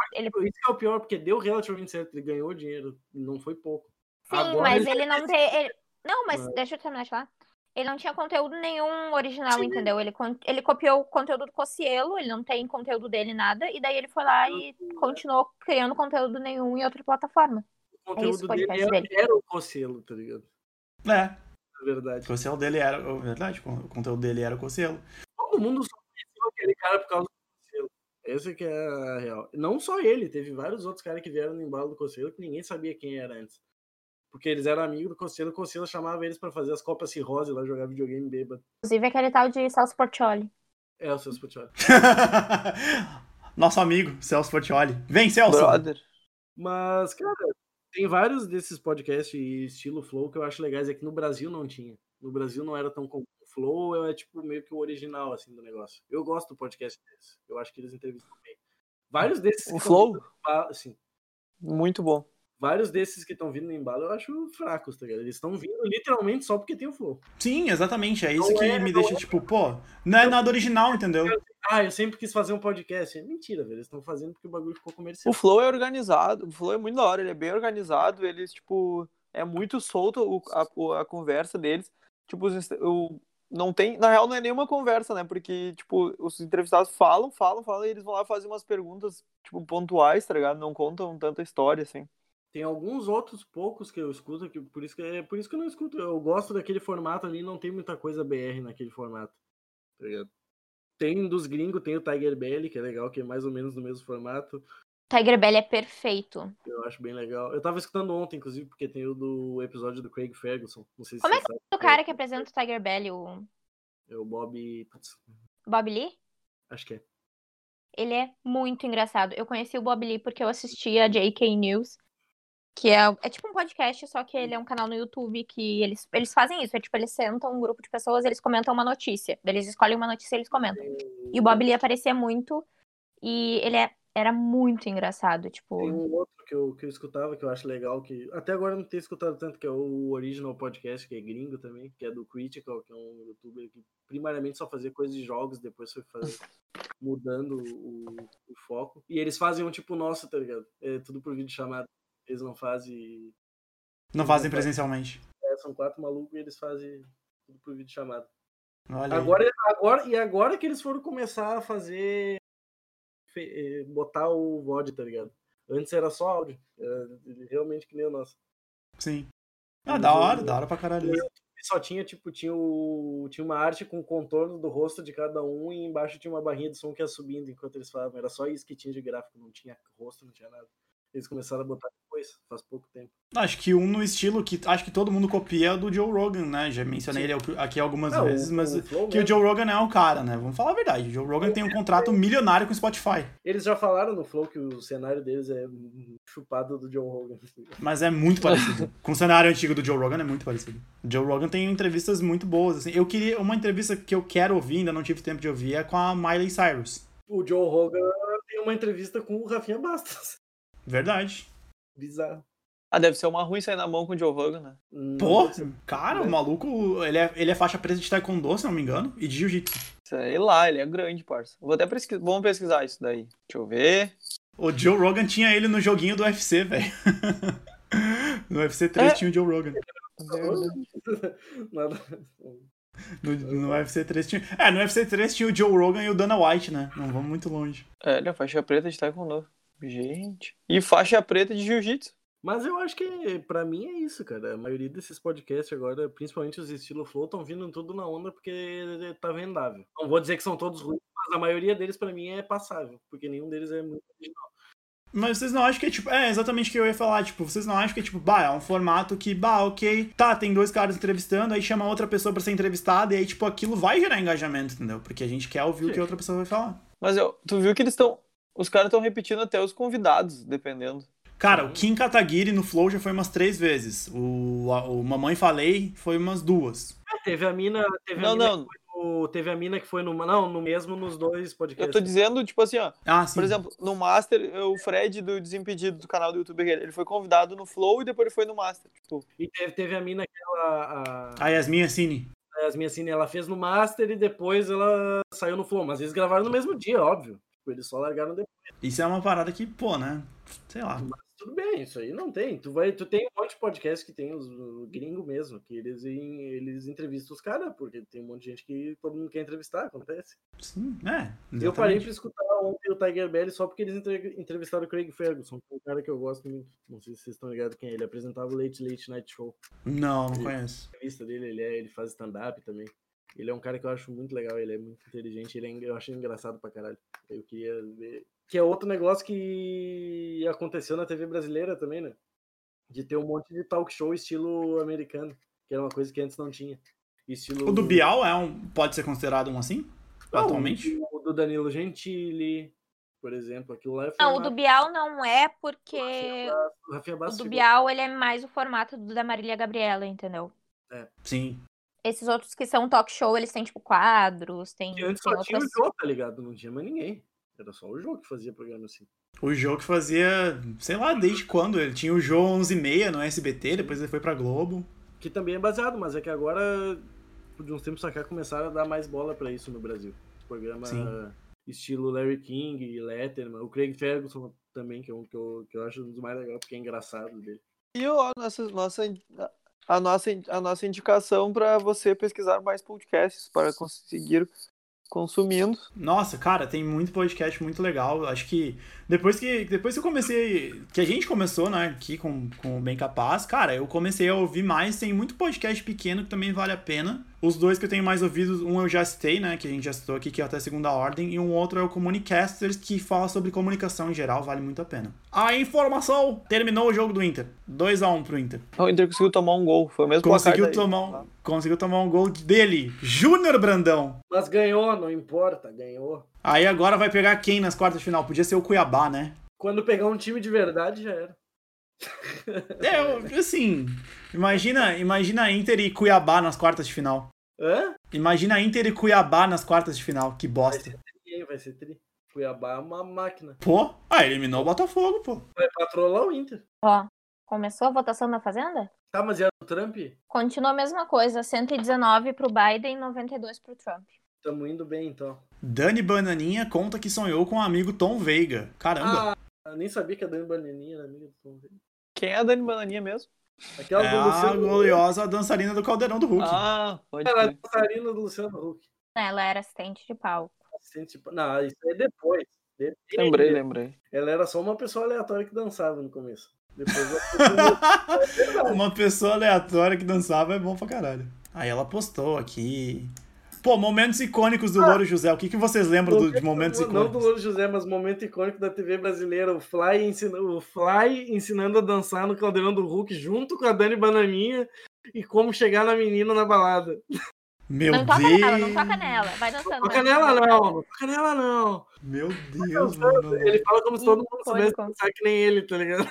Speaker 3: Isso que é o pior, porque deu relativamente certo, ele ganhou dinheiro, não foi pouco.
Speaker 4: Sim,
Speaker 3: Agora
Speaker 4: mas
Speaker 3: ele- É.
Speaker 4: ele não tem. ele- Não, mas
Speaker 3: Mas-
Speaker 4: deixa eu terminar de falar. Ele não tinha conteúdo nenhum original,
Speaker 3: Sim.
Speaker 4: entendeu? Ele, con- ele copiou o conteúdo do Cocielo, ele não tem conteúdo dele nada, e daí ele foi lá e continuou criando conteúdo nenhum em outra plataforma.
Speaker 3: O
Speaker 4: É
Speaker 3: conteúdo
Speaker 4: isso,
Speaker 3: dele,
Speaker 4: podcast
Speaker 3: era,
Speaker 4: dele.
Speaker 3: era o conselho, tá ligado?
Speaker 1: É.
Speaker 3: Na verdade.
Speaker 1: O conselho dele era. é Verdade, o conteúdo dele era o conselho.
Speaker 3: Todo mundo só conheceu aquele cara por causa do Conselho. Essa que é a real. Não só ele, teve vários outros caras que vieram no embalo do Conselho que ninguém sabia quem era antes. Porque eles eram amigos do Conselho, o Conselho chamava eles pra fazer as Copas Cirrose lá, jogar videogame bêbado.
Speaker 4: Inclusive aquele tal de Celso Portioli.
Speaker 3: É, o seu Spotify.
Speaker 1: Nosso amigo, Celso Portioli. Vem, Celso!
Speaker 2: É, Brother.
Speaker 3: Mas, cara, tem vários desses podcasts e estilo flow que eu acho legais. É que no Brasil não tinha. No Brasil não era tão comum. O flow é tipo meio que o original, assim, do negócio. Eu gosto do podcast desse. Eu acho que eles entrevistam bem. Vários desses. que
Speaker 2: O
Speaker 3: tão
Speaker 2: Flow,
Speaker 3: vindo no embalo- ah, Sim.
Speaker 2: muito bom.
Speaker 3: Vários desses que estão vindo no embalo eu acho fracos, tá ligado? Eles estão vindo literalmente só porque tem o flow.
Speaker 1: Sim, exatamente. É isso
Speaker 3: Não
Speaker 1: que
Speaker 3: é,
Speaker 1: me
Speaker 3: não
Speaker 1: deixa, tipo, pô, não é nada original, entendeu?
Speaker 3: Ah, eu sempre quis fazer um podcast. É mentira, velho. Eles estão fazendo porque o bagulho ficou comercial.
Speaker 2: O Flow é organizado, o Flow é muito da hora, ele é bem organizado, eles, tipo, é muito solto o- a, o- a conversa deles. Tipo, os inst- o, não tem, na real não é nenhuma conversa, né? Porque, tipo, os entrevistados falam, falam, falam, e eles vão lá fazer umas perguntas, tipo, pontuais, tá ligado? Não contam tanta história, assim.
Speaker 3: Tem alguns outros poucos que eu escuto, que por isso que, é por isso que eu não escuto. Eu gosto daquele formato ali, não tem muita coisa BR naquele formato. tá ligado? Tem dos gringos, tem o Tiger Belly, que é legal, que é mais ou menos no mesmo formato.
Speaker 4: Tiger Belly é perfeito.
Speaker 3: Eu acho bem legal. Eu tava escutando ontem, inclusive, porque tem o do episódio do Craig Ferguson. Não sei se
Speaker 4: Como
Speaker 3: você
Speaker 4: é
Speaker 3: sabe.
Speaker 4: O cara que apresenta o Tiger Belly, o
Speaker 3: É o Bob. putz,
Speaker 4: Bob Lee,
Speaker 3: acho que é.
Speaker 4: ele é muito engraçado. Eu conheci o Bob Lee porque eu assistia a JK News, que é, é tipo um podcast, só que ele é um canal no YouTube que eles, eles fazem isso. É tipo, eles sentam um grupo de pessoas, eles comentam uma notícia. Daí Eles escolhem uma notícia e eles comentam. E o Bob Lee aparecia muito e ele é- era muito engraçado,
Speaker 3: Tem
Speaker 4: tipo...
Speaker 3: um outro que eu, que eu escutava que eu acho legal, que até agora eu não tenho escutado tanto, que é o Original Podcast, que é gringo também, que é do Critical, que é um youtuber que primariamente só fazia coisas de jogos, depois foi fazer, mudando o, o foco. E eles fazem um tipo nosso, tá ligado? É tudo por vídeo chamado. Eles não fazem.
Speaker 1: Não fazem presencialmente.
Speaker 3: é, são quatro malucos e eles fazem tudo por vídeo chamado.
Speaker 1: Olha aí.
Speaker 3: Agora, agora, e agora que eles foram começar a fazer. fe- eh, botar o VOD, tá ligado? Antes era só áudio. era realmente que nem o nosso.
Speaker 1: Sim.
Speaker 3: É
Speaker 1: Ah,
Speaker 3: um
Speaker 1: da hora, da hora pra caralho. isso.
Speaker 3: E só tinha, tipo, tinha, o, tinha uma arte com o contorno do rosto de cada um e embaixo tinha uma barrinha de som que ia subindo enquanto eles falavam. Era só isso que tinha de gráfico, não tinha rosto, não tinha nada. Eles começaram a botar depois, faz pouco tempo.
Speaker 1: Acho que um no estilo que acho que todo mundo copia é o do Joe Rogan, né? Já mencionei ele aqui algumas
Speaker 3: Ah, o-
Speaker 1: vezes, mas
Speaker 3: o Flow
Speaker 1: que o
Speaker 3: mesmo.
Speaker 1: Joe Rogan é o cara, né? Vamos falar a verdade. O Joe Rogan tem um contrato milionário com o Spotify,
Speaker 3: Eles já falaram no Flow que o cenário deles é chupado do John Hogan. tá
Speaker 1: mas é muito parecido. com o cenário antigo do Joe Rogan é muito parecido. O Joe Rogan tem entrevistas muito boas, assim. Eu queria uma entrevista que eu quero ouvir, ainda não tive tempo de ouvir, é com a Miley Cyrus.
Speaker 3: O John Hogan tem uma entrevista com o Rafinha Bastos.
Speaker 1: Verdade.
Speaker 3: Bizarro.
Speaker 2: Ah, deve ser uma ruim sair na mão com o Joe Rogan, né?
Speaker 3: Hum,
Speaker 1: Pô, cara, o maluco, ele é, ele é faixa preta de taekwondo, se não me engano, e de jiu-jitsu.
Speaker 2: Sei lá, ele é grande, parça. Vou até pesquisar, vamos pesquisar isso daí. Deixa eu ver.
Speaker 1: O Joe Rogan tinha ele no joguinho do UFC, velho. No UFC 3
Speaker 2: É.
Speaker 1: tinha o Joe Rogan.
Speaker 3: é Nada.
Speaker 1: No, no UFC 3 tinha. É, no UFC 3 tinha o Joe Rogan e o Dana White, né? Não vamos muito longe.
Speaker 2: É, ele é faixa preta de taekwondo. Gente. E faixa preta de jiu-jitsu.
Speaker 3: Mas eu acho que, pra mim, é isso, cara. A maioria desses podcasts agora, principalmente os estilo flow, estão vindo tudo na onda porque tá vendável. Não vou dizer que são todos ruins, mas a maioria deles, pra mim, é passável, porque nenhum deles é muito original.
Speaker 1: Mas vocês não acham que é tipo. É exatamente o que eu ia falar. Tipo, vocês não acham que é tipo, bah, é um formato que, bah, ok, tá, tem dois caras entrevistando, aí chama outra pessoa pra ser entrevistada, e aí, tipo, aquilo vai gerar engajamento, entendeu? Porque a gente quer ouvir o que
Speaker 2: Sim.
Speaker 1: a outra pessoa vai falar.
Speaker 2: Mas eu- tu viu que eles estão. Os caras estão repetindo até os convidados, dependendo.
Speaker 1: Cara, o Kim Kataguiri no Flow já foi umas três vezes. O, a- o Mamãe Falei foi umas duas.
Speaker 3: É, teve a mina.
Speaker 1: Uhum.
Speaker 3: Teve a
Speaker 2: Não,
Speaker 3: mina
Speaker 2: não.
Speaker 3: O- teve a mina que foi no. Não, no mesmo nos dois
Speaker 2: Eu
Speaker 3: podcasts.
Speaker 2: tô dizendo, tipo assim, ó.
Speaker 1: Ah, sim.
Speaker 2: Por exemplo, no Master, eu- o Fred do Desimpedido, do canal do YouTube, ele foi convidado no Flow e depois ele foi no Master. Tipo,
Speaker 3: E teve, teve a mina que ela. A,
Speaker 1: A Yasmin Assini.
Speaker 3: a Yasmin Cine, ela fez no Master e depois ela saiu no Flow. Mas eles gravaram no mesmo dia, óbvio. Tipo, Eles só largaram depois.
Speaker 1: Isso é uma parada que, pô, né? Sei lá.
Speaker 3: Tudo bem, isso aí não tem. Tu, vai, tu tem um monte de podcast que tem os o gringo mesmo, que eles, em- eles entrevistam os caras, porque tem um monte de gente que todo mundo quer entrevistar, acontece.
Speaker 1: Sim, é.
Speaker 3: Eu parei
Speaker 1: exatamente.
Speaker 3: pra escutar ontem o Tiger Belly só porque eles entre- entrevistaram o Craig Ferguson, que é um cara que eu gosto muito. Não sei se vocês estão ligados quem é. Ele apresentava o Late Late Night Show.
Speaker 1: Não, não conheço.
Speaker 3: entrevista dele, ele, é, ele faz stand-up também. Ele é um cara que eu acho muito legal, ele é muito inteligente, ele é en- eu achei engraçado pra caralho. Eu queria ver. Que é outro negócio que aconteceu na TV brasileira também, né? De ter um monte de talk show estilo americano, que era uma coisa que antes não tinha. Estilo.
Speaker 1: O do Bial é um, pode ser considerado um assim?
Speaker 3: Não,
Speaker 1: Atualmente?
Speaker 3: O do Danilo Gentili, por exemplo, aquilo lá é foi
Speaker 4: Não, o
Speaker 3: uma-
Speaker 4: do Bial não é
Speaker 3: o Rafinha
Speaker 4: porque
Speaker 3: Bastos- o Rafinha
Speaker 4: o
Speaker 3: Bastos
Speaker 4: do
Speaker 3: chegou-
Speaker 4: Bial ele é mais o formato do da Marília Gabriela, entendeu?
Speaker 1: Sim.
Speaker 4: Esses outros que são talk show, eles têm tipo quadros, tem,
Speaker 3: que antes
Speaker 4: tem
Speaker 3: só tinha
Speaker 4: outras.
Speaker 3: o jogo, tá ligado? Não tinha mais ninguém. Era só o jogo que fazia programa assim.
Speaker 1: O jogo que fazia, sei lá, desde quando. Ele tinha o jogo 11 e meia no SBT, depois ele foi pra Globo.
Speaker 3: Que também é baseado, mas é que agora, de uns tempos pra cá, começaram a dar mais bola pra isso no Brasil. Programa
Speaker 1: Sim.
Speaker 3: estilo Larry King, Letterman, o Craig Ferguson também, que é um que eu, que eu acho um dos mais legais, porque é engraçado dele.
Speaker 2: e eu- a nossa, nossa, a nossa, a nossa indicação pra você pesquisar mais podcasts para conseguir consumindo.
Speaker 1: Nossa, cara, tem muito podcast muito legal. Acho que depois que depois que eu comecei, que a gente começou, né, aqui com, com o Bem Capaz, cara, eu comecei a ouvir mais. Tem muito podcast pequeno que também vale a pena. Os dois que eu tenho mais ouvidos, um eu já citei, né, que a gente já citou aqui, que é até segunda ordem, e um outro é o Comunicasters, que fala sobre comunicação em geral, vale muito a pena. A informação! Terminou o jogo do Inter. 2 a 1 pro Inter.
Speaker 2: O Inter conseguiu tomar um gol, foi o mesmo
Speaker 1: Conseguiu
Speaker 2: placar daí.
Speaker 1: tomar, um, conseguiu tomar um gol dele, Júnior Brandão.
Speaker 3: Mas ganhou, não importa, ganhou.
Speaker 1: Aí agora vai pegar quem nas quartas de final? Podia ser o Cuiabá, né?
Speaker 3: Quando pegar um time de verdade, já era.
Speaker 1: É, eu- assim, imagina, imagina Inter e Cuiabá nas quartas de final.
Speaker 3: Hã?
Speaker 1: Imagina Inter e Cuiabá nas quartas de final, que bosta.
Speaker 3: Ninguém vai ser tri. Cuiabá é uma máquina.
Speaker 1: Pô, ah, eliminou o Botafogo, pô.
Speaker 3: Vai patrolar o Inter.
Speaker 4: Ó, começou a votação na Fazenda?
Speaker 3: Tá, mas era o Trump?
Speaker 4: Continua a mesma coisa, 119 pro Biden, 92 pro Trump.
Speaker 3: Tamo indo bem, então.
Speaker 1: Dani Bananinha conta que sonhou com o amigo Tom Veiga. Caramba.
Speaker 3: Ah, eu nem sabia que a Dani Bananinha era amiga do Tom Brady.
Speaker 2: Quem é a Dani Bananinha mesmo?
Speaker 3: Aquela
Speaker 1: é
Speaker 3: do
Speaker 1: a
Speaker 3: Luciano Huck.
Speaker 1: gloriosa dançarina do Caldeirão do Hulk.
Speaker 2: Ah, pode
Speaker 3: Ela é
Speaker 2: ser.
Speaker 3: dançarina do Luciano Huck.
Speaker 4: Ela era assistente de palco.
Speaker 3: Assistente de pa- Não, isso é depois. De-
Speaker 2: Lembrei, lembrei.
Speaker 3: Ela era só uma pessoa aleatória que dançava no começo. Depois ela
Speaker 1: Uma pessoa aleatória que dançava é bom pra caralho. Aí ela postou aqui. Pô, momentos icônicos do Louro José. O que, que vocês lembram do- de momentos
Speaker 3: Ah. Não do
Speaker 1: icônicos?
Speaker 3: Louro José, mas momento icônico da TV brasileira. O Fly, ensina... o Fly ensinando a dançar no Caldeirão do Hulk junto com a Dani Bananinha e como chegar na menina na balada.
Speaker 1: Meu
Speaker 4: não toca nela, não toca nela. Vai dançando.
Speaker 3: Toca
Speaker 4: vai
Speaker 3: nela
Speaker 4: dançando.
Speaker 3: não, não toca nela não.
Speaker 1: Meu Deus, mano.
Speaker 3: Ele fala como se todo mundo soubesse
Speaker 4: Icônico.
Speaker 3: dançar que nem ele, tá ligado?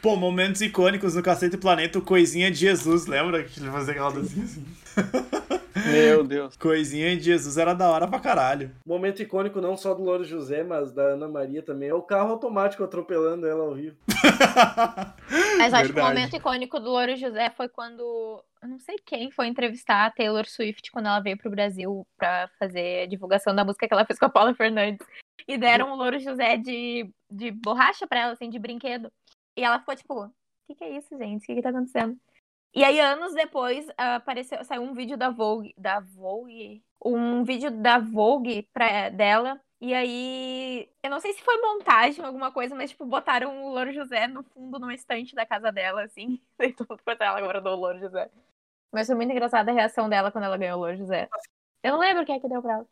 Speaker 1: Pô, momentos icônicos no Cacete Planeta, o Coisinha de Jesus, lembra que ele fazia aquela dancinha assim?
Speaker 2: Meu Deus.
Speaker 1: Coisinha de Jesus era da hora pra caralho.
Speaker 3: Momento icônico não só do Louro José, mas da Ana Maria também. É o carro automático atropelando ela ao vivo.
Speaker 4: Mas acho que o
Speaker 1: Verdade.
Speaker 4: momento icônico do Louro José foi quando. Eu não sei quem foi entrevistar a Taylor Swift quando ela veio pro Brasil pra fazer a divulgação da música que ela fez com a Paula Fernandes. E deram o Louro José de, de borracha pra ela, assim, de brinquedo. E ela ficou tipo: o que, que é isso, gente? O que, que tá acontecendo? E aí, anos depois, apareceu, saiu um vídeo da Vogue. Da Vogue? Um vídeo da Vogue pra, dela E aí, eu não sei se foi montagem ou alguma coisa, mas, tipo, botaram o Louro José no fundo, numa estante da casa dela, assim. Daí todo mundo botou ela agora do Louro José. Mas foi muito engraçada a reação dela quando ela ganhou o Louro José. Eu não lembro o que é que deu pra ela.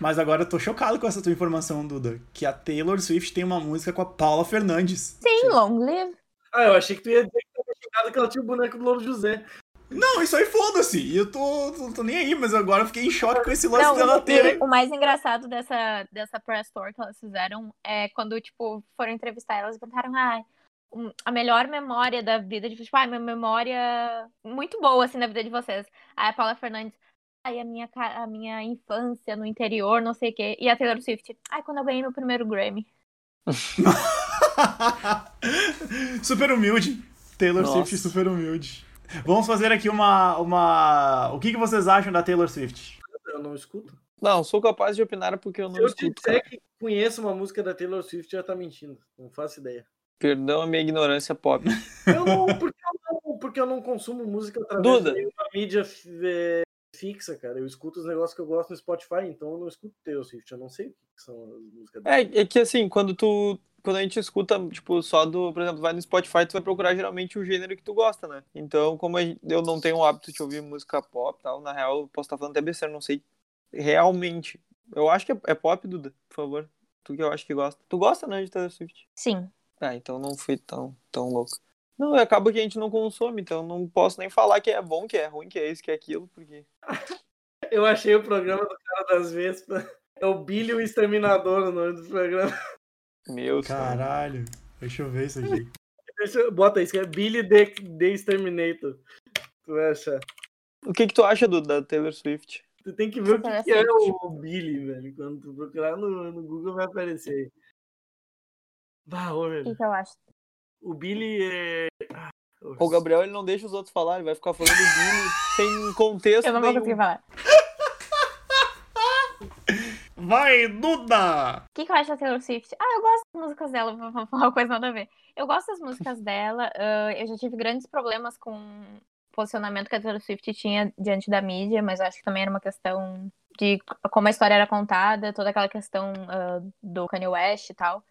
Speaker 1: Mas agora eu tô chocado com essa tua informação, Duda. Que a Taylor Swift tem uma música com a Paula Fernandes.
Speaker 4: Sim, Long Live.
Speaker 3: Ah, eu achei que tu ia dizer que tava chocado que ela tinha o boneco do Louro José.
Speaker 1: Não, isso aí foda-se. E Eu tô, tô, tô nem aí, mas agora eu fiquei em choque com esse lance
Speaker 4: Não,
Speaker 1: dela
Speaker 4: o-
Speaker 1: ter. né?
Speaker 4: o mais engraçado dessa, dessa press tour que elas fizeram é quando, tipo, foram entrevistar elas e perguntaram, ai, um- a melhor memória da vida de vocês, tipo, ai, minha memória muito boa, assim, da vida de vocês. Aí a Paula Fernandes, ai, a minha, ca- a minha infância no interior, não sei o quê. E a Taylor Swift, ai, quando eu ganhei meu primeiro Grammy.
Speaker 1: super humilde. Taylor
Speaker 2: Nossa.
Speaker 1: Swift super humilde. Vamos fazer aqui uma. uma... O que, que vocês acham da Taylor Swift?
Speaker 3: Eu não escuto.
Speaker 2: Não, sou capaz de opinar porque eu não
Speaker 3: Se eu te
Speaker 2: escuto, cara.
Speaker 3: disser que conheço uma música da Taylor Swift, já tá mentindo. Não faço ideia.
Speaker 2: Perdão a minha ignorância pop.
Speaker 3: Eu não, porque eu não, porque eu não consumo música através
Speaker 2: Duda.
Speaker 3: de uma mídia fi- eh, fixa, cara. Eu escuto os negócios que eu gosto no Spotify, então eu não escuto Taylor Swift. Eu não sei o que são as músicas dela.
Speaker 2: É, é que assim, quando tu. Quando a gente escuta, tipo, só do. Por exemplo, vai no Spotify, tu vai procurar geralmente o gênero que tu gosta, né? Então, como a gente- eu não tenho o hábito de ouvir música pop e tal, na real, eu posso estar falando até besteira, não sei realmente. Eu acho que é, é pop, Duda, por favor. Tu que eu acho que gosta. Tu gosta, né, de Taylor Swift?
Speaker 4: Sim.
Speaker 2: Ah, então não fui tão, tão louco. Não, acaba que a gente não consome, então não posso nem falar que é bom, que é ruim, que é isso, que é aquilo, porque.
Speaker 3: Eu achei o programa do cara das Vespas. É o Billy o Exterminador o nome do programa.
Speaker 2: Meu Deus.
Speaker 1: Caralho. Deixa eu ver isso aqui.
Speaker 3: Deixa eu- Bota isso, que é Billy the, the Exterminator. Tu vai achar.
Speaker 2: O que que tu acha do, da Taylor Swift?
Speaker 3: Tu tem que ver o que, que é
Speaker 4: Interessante.
Speaker 3: o Billy, velho. Quando tu procurar no, no Google vai aparecer aí. Bah, ô,
Speaker 4: O que,
Speaker 3: velho.
Speaker 4: que eu acho?
Speaker 3: O Billy é. Ah, ô,
Speaker 2: O Gabriel ele não deixa os outros falar, ele vai ficar falando Billy sem contexto
Speaker 4: Eu não vou
Speaker 2: nenhum.
Speaker 4: conseguir falar.
Speaker 1: Vai, Duda!
Speaker 4: O que, que eu acho da Taylor Swift? Ah, eu gosto das músicas dela, vou vou falar uma coisa nada a ver. Eu gosto das músicas dela, ah, eu já tive grandes problemas com o posicionamento que a Taylor Swift tinha diante da mídia, mas eu acho que também era uma questão de como a história era contada, toda aquela questão ah, do Kanye West e tal.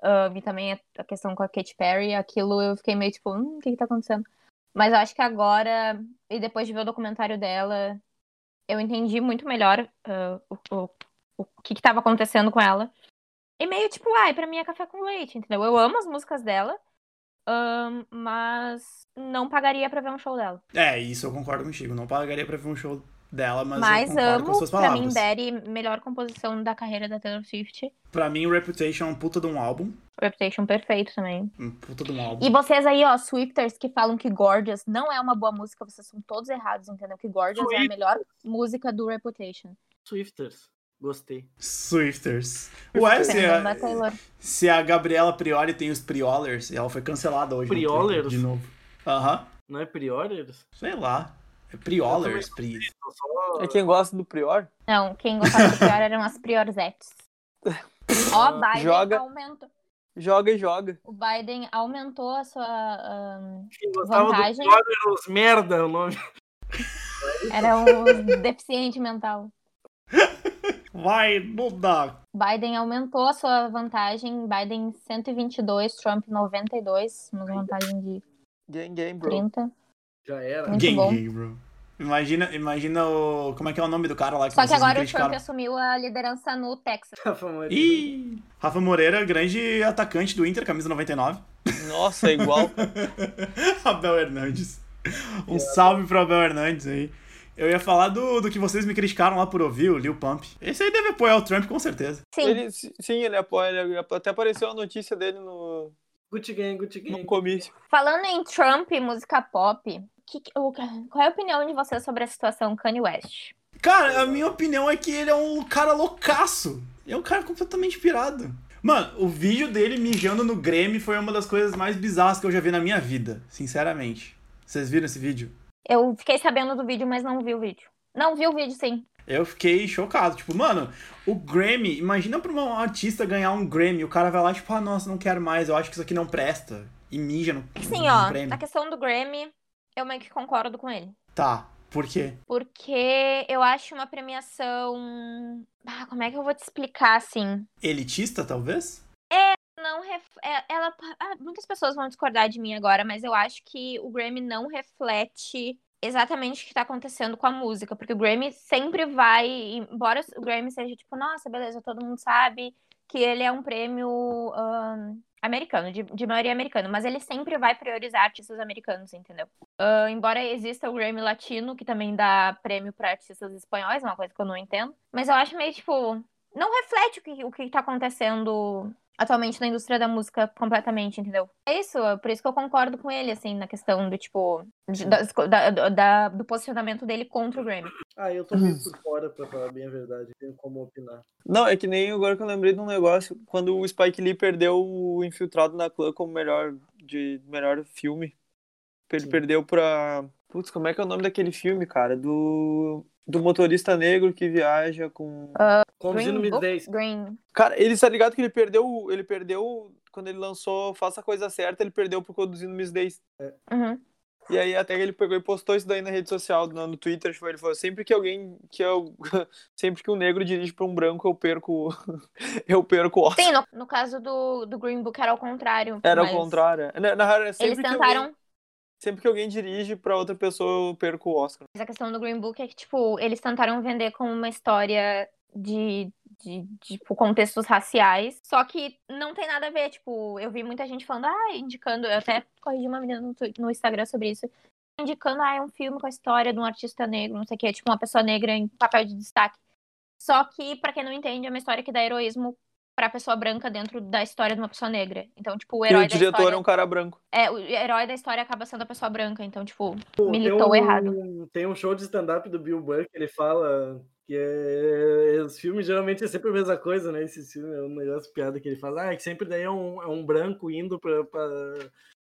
Speaker 4: Ah, vi também a- a questão com a Katy Perry, aquilo eu fiquei meio tipo, hum, o que que tá acontecendo? Mas eu acho que agora, e depois de ver o documentário dela, eu entendi muito melhor ah, o, o, o que que tava acontecendo com ela. E meio tipo, ai, pra mim é café com leite, entendeu? Eu amo as músicas dela, ahn, mas não pagaria pra ver um show dela.
Speaker 1: É, isso eu concordo contigo. Não pagaria pra ver um show dela, mas, eu
Speaker 4: Mas
Speaker 1: concordo com as
Speaker 4: amo,
Speaker 1: suas
Speaker 4: pra mim,
Speaker 1: palavras.
Speaker 4: Daddy, melhor composição da carreira da Taylor Swift.
Speaker 1: Pra mim, Reputation é um puta de um álbum.
Speaker 4: Reputation perfeito também.
Speaker 1: Um puta de um álbum.
Speaker 4: E vocês aí, ó, Swifters que falam que Gorgeous não é uma boa música, vocês são todos errados, entendeu? Que Gorgeous é a melhor música do Reputation.
Speaker 3: Swifters. Gostei.
Speaker 1: Swifters. Ué, se
Speaker 4: Entendeu? Da
Speaker 1: a,
Speaker 4: Taylor.
Speaker 1: se a Gabriela Prioli tem os Priolers, ela foi cancelada hoje. no Twitter,
Speaker 3: Priolers?
Speaker 1: De novo. Aham.
Speaker 3: Não é Priorers?
Speaker 1: Sei lá. É Priolers, Pri.
Speaker 3: São só-
Speaker 2: É quem gosta do Prior?
Speaker 4: Não, quem gostava do pior eram as Priorzettes. Ó, Biden
Speaker 2: Joga.
Speaker 4: aumentou.
Speaker 2: Joga e joga.
Speaker 4: O Biden aumentou a sua. ahn,
Speaker 3: Quem gostava do
Speaker 4: Vantagem.
Speaker 3: Prior era os merda o nome.
Speaker 4: Era um deficiente mental.
Speaker 1: Vai, Duda!
Speaker 4: Biden aumentou a sua vantagem. Biden 122, Trump 92. Uma vantagem de
Speaker 2: Game, game, bro.
Speaker 4: 30.
Speaker 3: Já era.
Speaker 4: Muito
Speaker 1: Game,
Speaker 4: bom.
Speaker 1: game, bro. Imagina, imagina o. Como é que é o nome do cara lá que
Speaker 4: Só que
Speaker 1: vocês me
Speaker 4: agora o Trump é
Speaker 1: criticaram?
Speaker 4: assumiu a liderança no Texas.
Speaker 3: Tá famoso.
Speaker 1: Ih! Rafa Moreira, grande atacante do Inter, camisa 99.
Speaker 2: Nossa, é igual.
Speaker 1: Abel Hernandes. Um salve pro Abel Hernandes aí. Eu ia falar do, do que vocês me criticaram lá por ouvir, o Lil Pump. Esse aí deve apoiar o Trump, com certeza.
Speaker 4: Sim,
Speaker 2: Ele, sim, ele apoia. Ele, apoia- até apareceu a notícia dele no,
Speaker 3: Gucci Gang, Gucci
Speaker 2: no
Speaker 3: Gang.
Speaker 2: comício.
Speaker 4: falando em Trump e música pop, que que- o- qual é a opinião de vocês sobre a situação Kanye West?
Speaker 1: Cara, a minha opinião é que ele é um cara loucaço. Ele É um cara completamente pirado. Mano, o vídeo dele mijando no Grêmio foi uma das coisas mais bizarras que eu já vi na minha vida, sinceramente. Vocês viram esse vídeo?
Speaker 4: Eu fiquei sabendo do vídeo, mas não vi o vídeo. Não vi o vídeo, sim.
Speaker 1: Eu fiquei chocado. Tipo, mano, o Grammy. Imagina pra um artista ganhar um Grammy. O cara vai lá, tipo, ah, nossa, não quero mais. Eu acho que isso aqui não presta. E mija no,
Speaker 4: Assim,
Speaker 1: no
Speaker 4: ó,
Speaker 1: prêmio.
Speaker 4: a questão do Grammy, eu meio que concordo com ele.
Speaker 1: Tá. Por quê?
Speaker 4: Porque eu acho uma premiação. Ah, como é que eu vou te explicar assim?
Speaker 1: Elitista, talvez?
Speaker 4: Não ref... é- ela ah, muitas pessoas vão discordar de mim agora, mas eu acho que o Grammy não reflete exatamente o que tá acontecendo com a música, porque o Grammy sempre vai, embora o Grammy seja tipo, nossa, beleza, todo mundo sabe que ele é um prêmio ahn, americano, de, de maioria americana, mas ele sempre vai priorizar artistas americanos, entendeu? Ah, embora exista o Grammy latino, que também dá prêmio para artistas espanhóis, uma coisa que eu não entendo, mas eu acho meio tipo, não reflete o que, o que tá acontecendo atualmente na indústria da música completamente, entendeu? É isso, é por isso que eu concordo com ele, assim, na questão do tipo, de- da esco- da- da- do posicionamento dele contra o Grammy.
Speaker 3: Ah, eu tô meio
Speaker 4: Hum.
Speaker 3: por fora, pra falar bem a verdade. Tenho como opinar.
Speaker 2: Não, é que nem agora que eu lembrei de um negócio, quando o Spike Lee perdeu o Infiltrado na Clã como melhor, de, melhor filme. Ele
Speaker 3: Sim.
Speaker 2: perdeu pra. Putz, como é que é o nome daquele filme, cara? Do. Do motorista negro que viaja com.
Speaker 3: Conduzindo
Speaker 4: Green
Speaker 3: Miss
Speaker 4: Book?
Speaker 3: 10.
Speaker 4: Green.
Speaker 2: Cara, ele tá ligado que ele perdeu. o- Ele perdeu. Quando ele lançou Faça a Coisa Certa, ele perdeu pro Conduzindo Miss Days.
Speaker 4: Uhum.
Speaker 2: E aí até que ele pegou e postou isso daí na rede social, no, no Twitter, tipo, ele falou, sempre que alguém que eu sempre que um negro dirige pra um branco, eu perco eu perco o Oscar.
Speaker 4: Sim, no, no caso do, do Green Book era ao contrário.
Speaker 2: Era
Speaker 4: mas
Speaker 2: o contrário. Na, na real, é sempre
Speaker 4: Eles
Speaker 2: que
Speaker 4: tentaram.
Speaker 2: alguém, sempre que alguém dirige pra outra pessoa, eu perco o Oscar.
Speaker 4: Mas a questão do Green Book é que, tipo, eles tentaram vender como uma história de, de, tipo, contextos raciais. Só que não tem nada a ver, tipo, eu vi muita gente falando, ah, indicando, eu até corrigi uma menina no, Twi- no Instagram sobre isso, indicando, ah, é um filme com a história de um artista negro, não sei o quê, tipo, uma pessoa negra em papel de destaque. Só que, pra quem não entende, é uma história que dá heroísmo pra pessoa branca dentro da história de uma pessoa negra. Então, tipo, o
Speaker 2: E
Speaker 4: herói
Speaker 2: o
Speaker 4: da
Speaker 2: diretor
Speaker 4: história...
Speaker 2: é um cara branco.
Speaker 4: é, o herói da história acaba sendo a pessoa branca, então, tipo,
Speaker 3: Pô,
Speaker 4: militou errado.
Speaker 3: Tem um show de stand-up do Bill Burr que ele fala que é, os filmes geralmente é sempre a mesma coisa, né? Esse filme é um negócio de piada que ele faz. Ah, é que sempre daí é um, é um branco indo pra. pra...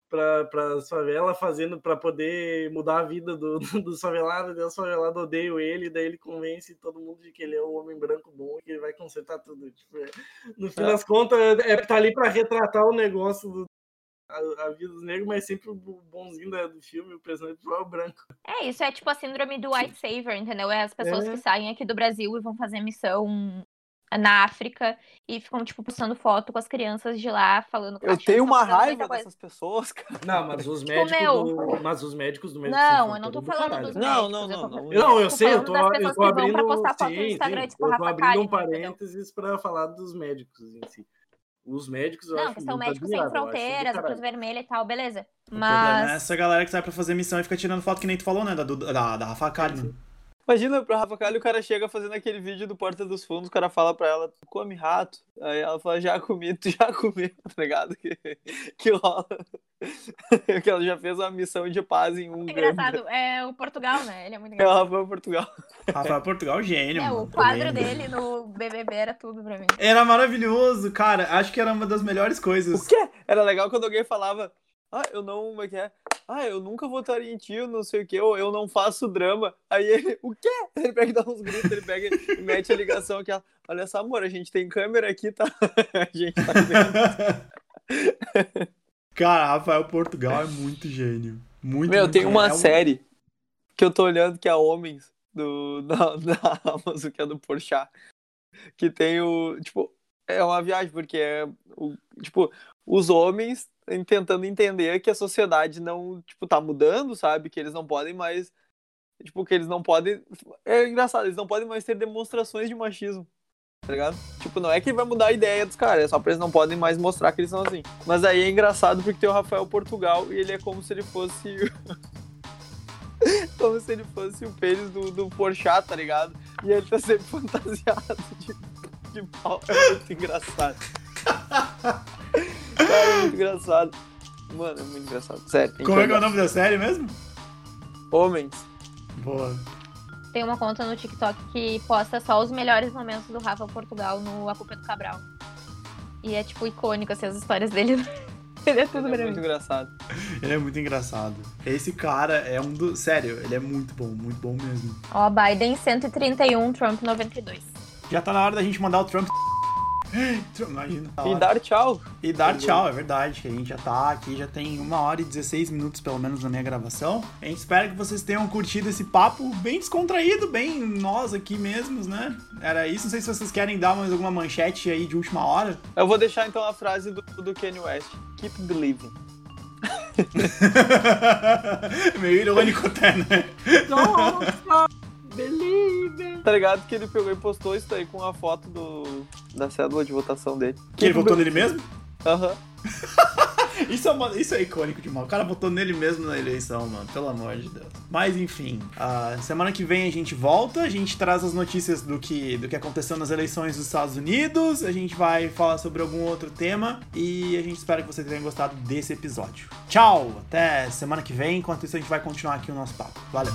Speaker 3: Pra, pra favela fazendo pra poder mudar a vida do, dos favelados, daí os favelados odeiam ele, daí ele convence todo mundo de que ele é um homem branco bom e que ele vai consertar tudo. Tipo, é- no fim
Speaker 2: É.
Speaker 3: das contas, é, tá ali pra retratar o negócio do, a, a vida dos negros, mas sempre o bonzinho da- do filme, o personagem principal é o branco.
Speaker 4: É isso, é tipo a síndrome do white savior, entendeu? É as pessoas
Speaker 3: É.
Speaker 4: que saem aqui do Brasil e vão fazer missão na África e ficam, tipo, postando foto com as crianças de lá, falando que
Speaker 2: Eu
Speaker 4: acho que
Speaker 2: tenho
Speaker 4: eles
Speaker 2: uma
Speaker 4: estão fazendo
Speaker 2: raiva
Speaker 4: muita coisa.
Speaker 2: dessas pessoas, cara.
Speaker 3: Não, mas os
Speaker 4: Tipo,
Speaker 3: médicos
Speaker 4: meu.
Speaker 3: do, mas os médicos do médico Sem
Speaker 4: Não, eu não
Speaker 3: Fronteira
Speaker 4: tô
Speaker 3: do
Speaker 4: falando
Speaker 3: caralho.
Speaker 4: dos
Speaker 2: Não,
Speaker 4: médicos,
Speaker 2: não, não,
Speaker 4: eu tô
Speaker 2: não.
Speaker 4: falando-
Speaker 3: Não, eu
Speaker 4: tô
Speaker 3: sei, eu
Speaker 4: falando
Speaker 3: tô,
Speaker 4: das
Speaker 3: eu
Speaker 4: pessoas
Speaker 3: tô
Speaker 4: que vão pra
Speaker 3: abrindo,
Speaker 4: postar foto no
Speaker 3: sim,
Speaker 4: Instagram,
Speaker 3: sim,
Speaker 4: tipo
Speaker 3: eu tô
Speaker 4: Rafa
Speaker 3: abrindo um
Speaker 4: Kalimann, entendeu?
Speaker 3: parênteses pra falar dos médicos em si. Os médicos, eu
Speaker 4: Não,
Speaker 3: acho
Speaker 4: questão
Speaker 3: muito
Speaker 4: médicos sem
Speaker 3: admirável, tá eu acho é do
Speaker 4: fronteiras, a
Speaker 3: caralho.
Speaker 4: Cruz Vermelha e tal, beleza.
Speaker 1: O problema é
Speaker 4: Mas.
Speaker 1: essa galera que sai pra fazer missão e fica tirando foto que nem tu falou, né? Da, Duda- da, da Rafa Kalimann.
Speaker 2: Imagina pra Rafa Kalho, o cara chega fazendo aquele vídeo do Porta dos Fundos, o cara fala pra ela, "Tu come rato. Aí ela fala, já comi, tu já comeu, tá ligado? Que, que rola. que ela já fez uma missão de paz em um
Speaker 4: É
Speaker 2: grande.
Speaker 4: engraçado, é o Portugal, né? Ele é muito engraçado.
Speaker 2: Ela foi pra Portugal.
Speaker 1: Rafael Portugal, gênio.
Speaker 4: É,
Speaker 1: mano.
Speaker 4: o quadro
Speaker 1: Lembra?
Speaker 4: dele no BBB era tudo pra mim.
Speaker 1: Era maravilhoso, cara. Acho que era uma das melhores coisas.
Speaker 2: O quê? Era legal quando alguém falava, ah, eu não, como é que é? Ah, eu nunca votaria em ti, eu não sei o quê, ou eu não faço drama. Aí ele, o quê? Ele pega e dá uns gritos, ele pega e mete a ligação aqui, ó, olha só, amor, a gente tem câmera aqui, tá? a gente tá vendo.
Speaker 1: Cara, Rafael Portugal é muito gênio. Muito
Speaker 2: Meu,
Speaker 1: muito
Speaker 2: tem
Speaker 1: gênio.
Speaker 2: uma
Speaker 1: É um-
Speaker 2: série que eu tô olhando que é Homens, do, da, da Amazon, que é do Porchat. Que tem o. Tipo, é uma viagem, porque é. O, tipo, os homens em- tentando entender que a sociedade não. Tipo, tá mudando, sabe? Que eles não podem mais. Tipo, que eles não podem. É engraçado, eles não podem mais ter demonstrações de machismo. Tá ligado? Tipo, não é que vai mudar a ideia dos caras, é só pra eles não podem mais mostrar que eles são assim. Mas aí é engraçado porque tem o Rafael Portugal e ele é como se ele fosse como se ele fosse o pênis do, do Porchat, tá ligado? E ele tá sempre fantasiado de, de pau. É muito engraçado. Cara, é muito engraçado. Mano, é muito engraçado. Sério. tem
Speaker 1: Como é que é o
Speaker 2: olhar.
Speaker 1: nome da série mesmo?
Speaker 2: Homens.
Speaker 1: Boa.
Speaker 4: Tem uma conta no TikTok que posta só os melhores momentos do Rafa Portugal no A Culpa é do Cabral. E é, tipo, icônico, assim, as histórias dele. Ele é
Speaker 2: Ele
Speaker 4: tudo
Speaker 2: é
Speaker 4: maravilhoso.
Speaker 2: muito engraçado.
Speaker 1: Ele é muito engraçado. Esse cara é um do. Sério, ele é muito bom, muito bom mesmo.
Speaker 4: Ó, Biden 131, Trump 92.
Speaker 1: Já tá na hora da gente mandar o Trump. Imagina. tá
Speaker 2: E dar tchau.
Speaker 1: E dar tchau, é verdade, que a gente já tá aqui, já tem uma hora e 16 minutos pelo menos na minha gravação. A gente espera que vocês tenham curtido esse papo bem descontraído, bem nós aqui mesmos, né? Era isso, não sei se vocês querem dar mais alguma manchete aí de última hora.
Speaker 2: Eu vou deixar então a frase do, do Kanye West. Keep believing.
Speaker 1: Meio irônico até, né?
Speaker 3: Nossa, believe.
Speaker 2: Tá ligado que ele pegou e postou isso aí com a foto do, da cédula de votação dele.
Speaker 1: Que ele
Speaker 2: Keep
Speaker 1: votou nele mesmo?
Speaker 2: be- Aham.
Speaker 1: Isso é, uma- isso é icônico demais. O cara votou nele mesmo na eleição, mano. Pelo amor de Deus. Mas enfim, ah, semana que vem a gente volta, a gente traz as notícias do que, do que aconteceu nas eleições dos Estados Unidos, a gente vai falar sobre algum outro tema e a gente espera que vocês tenham gostado desse episódio. Tchau, até semana que vem. Enquanto isso, a gente vai continuar aqui o nosso papo. Valeu.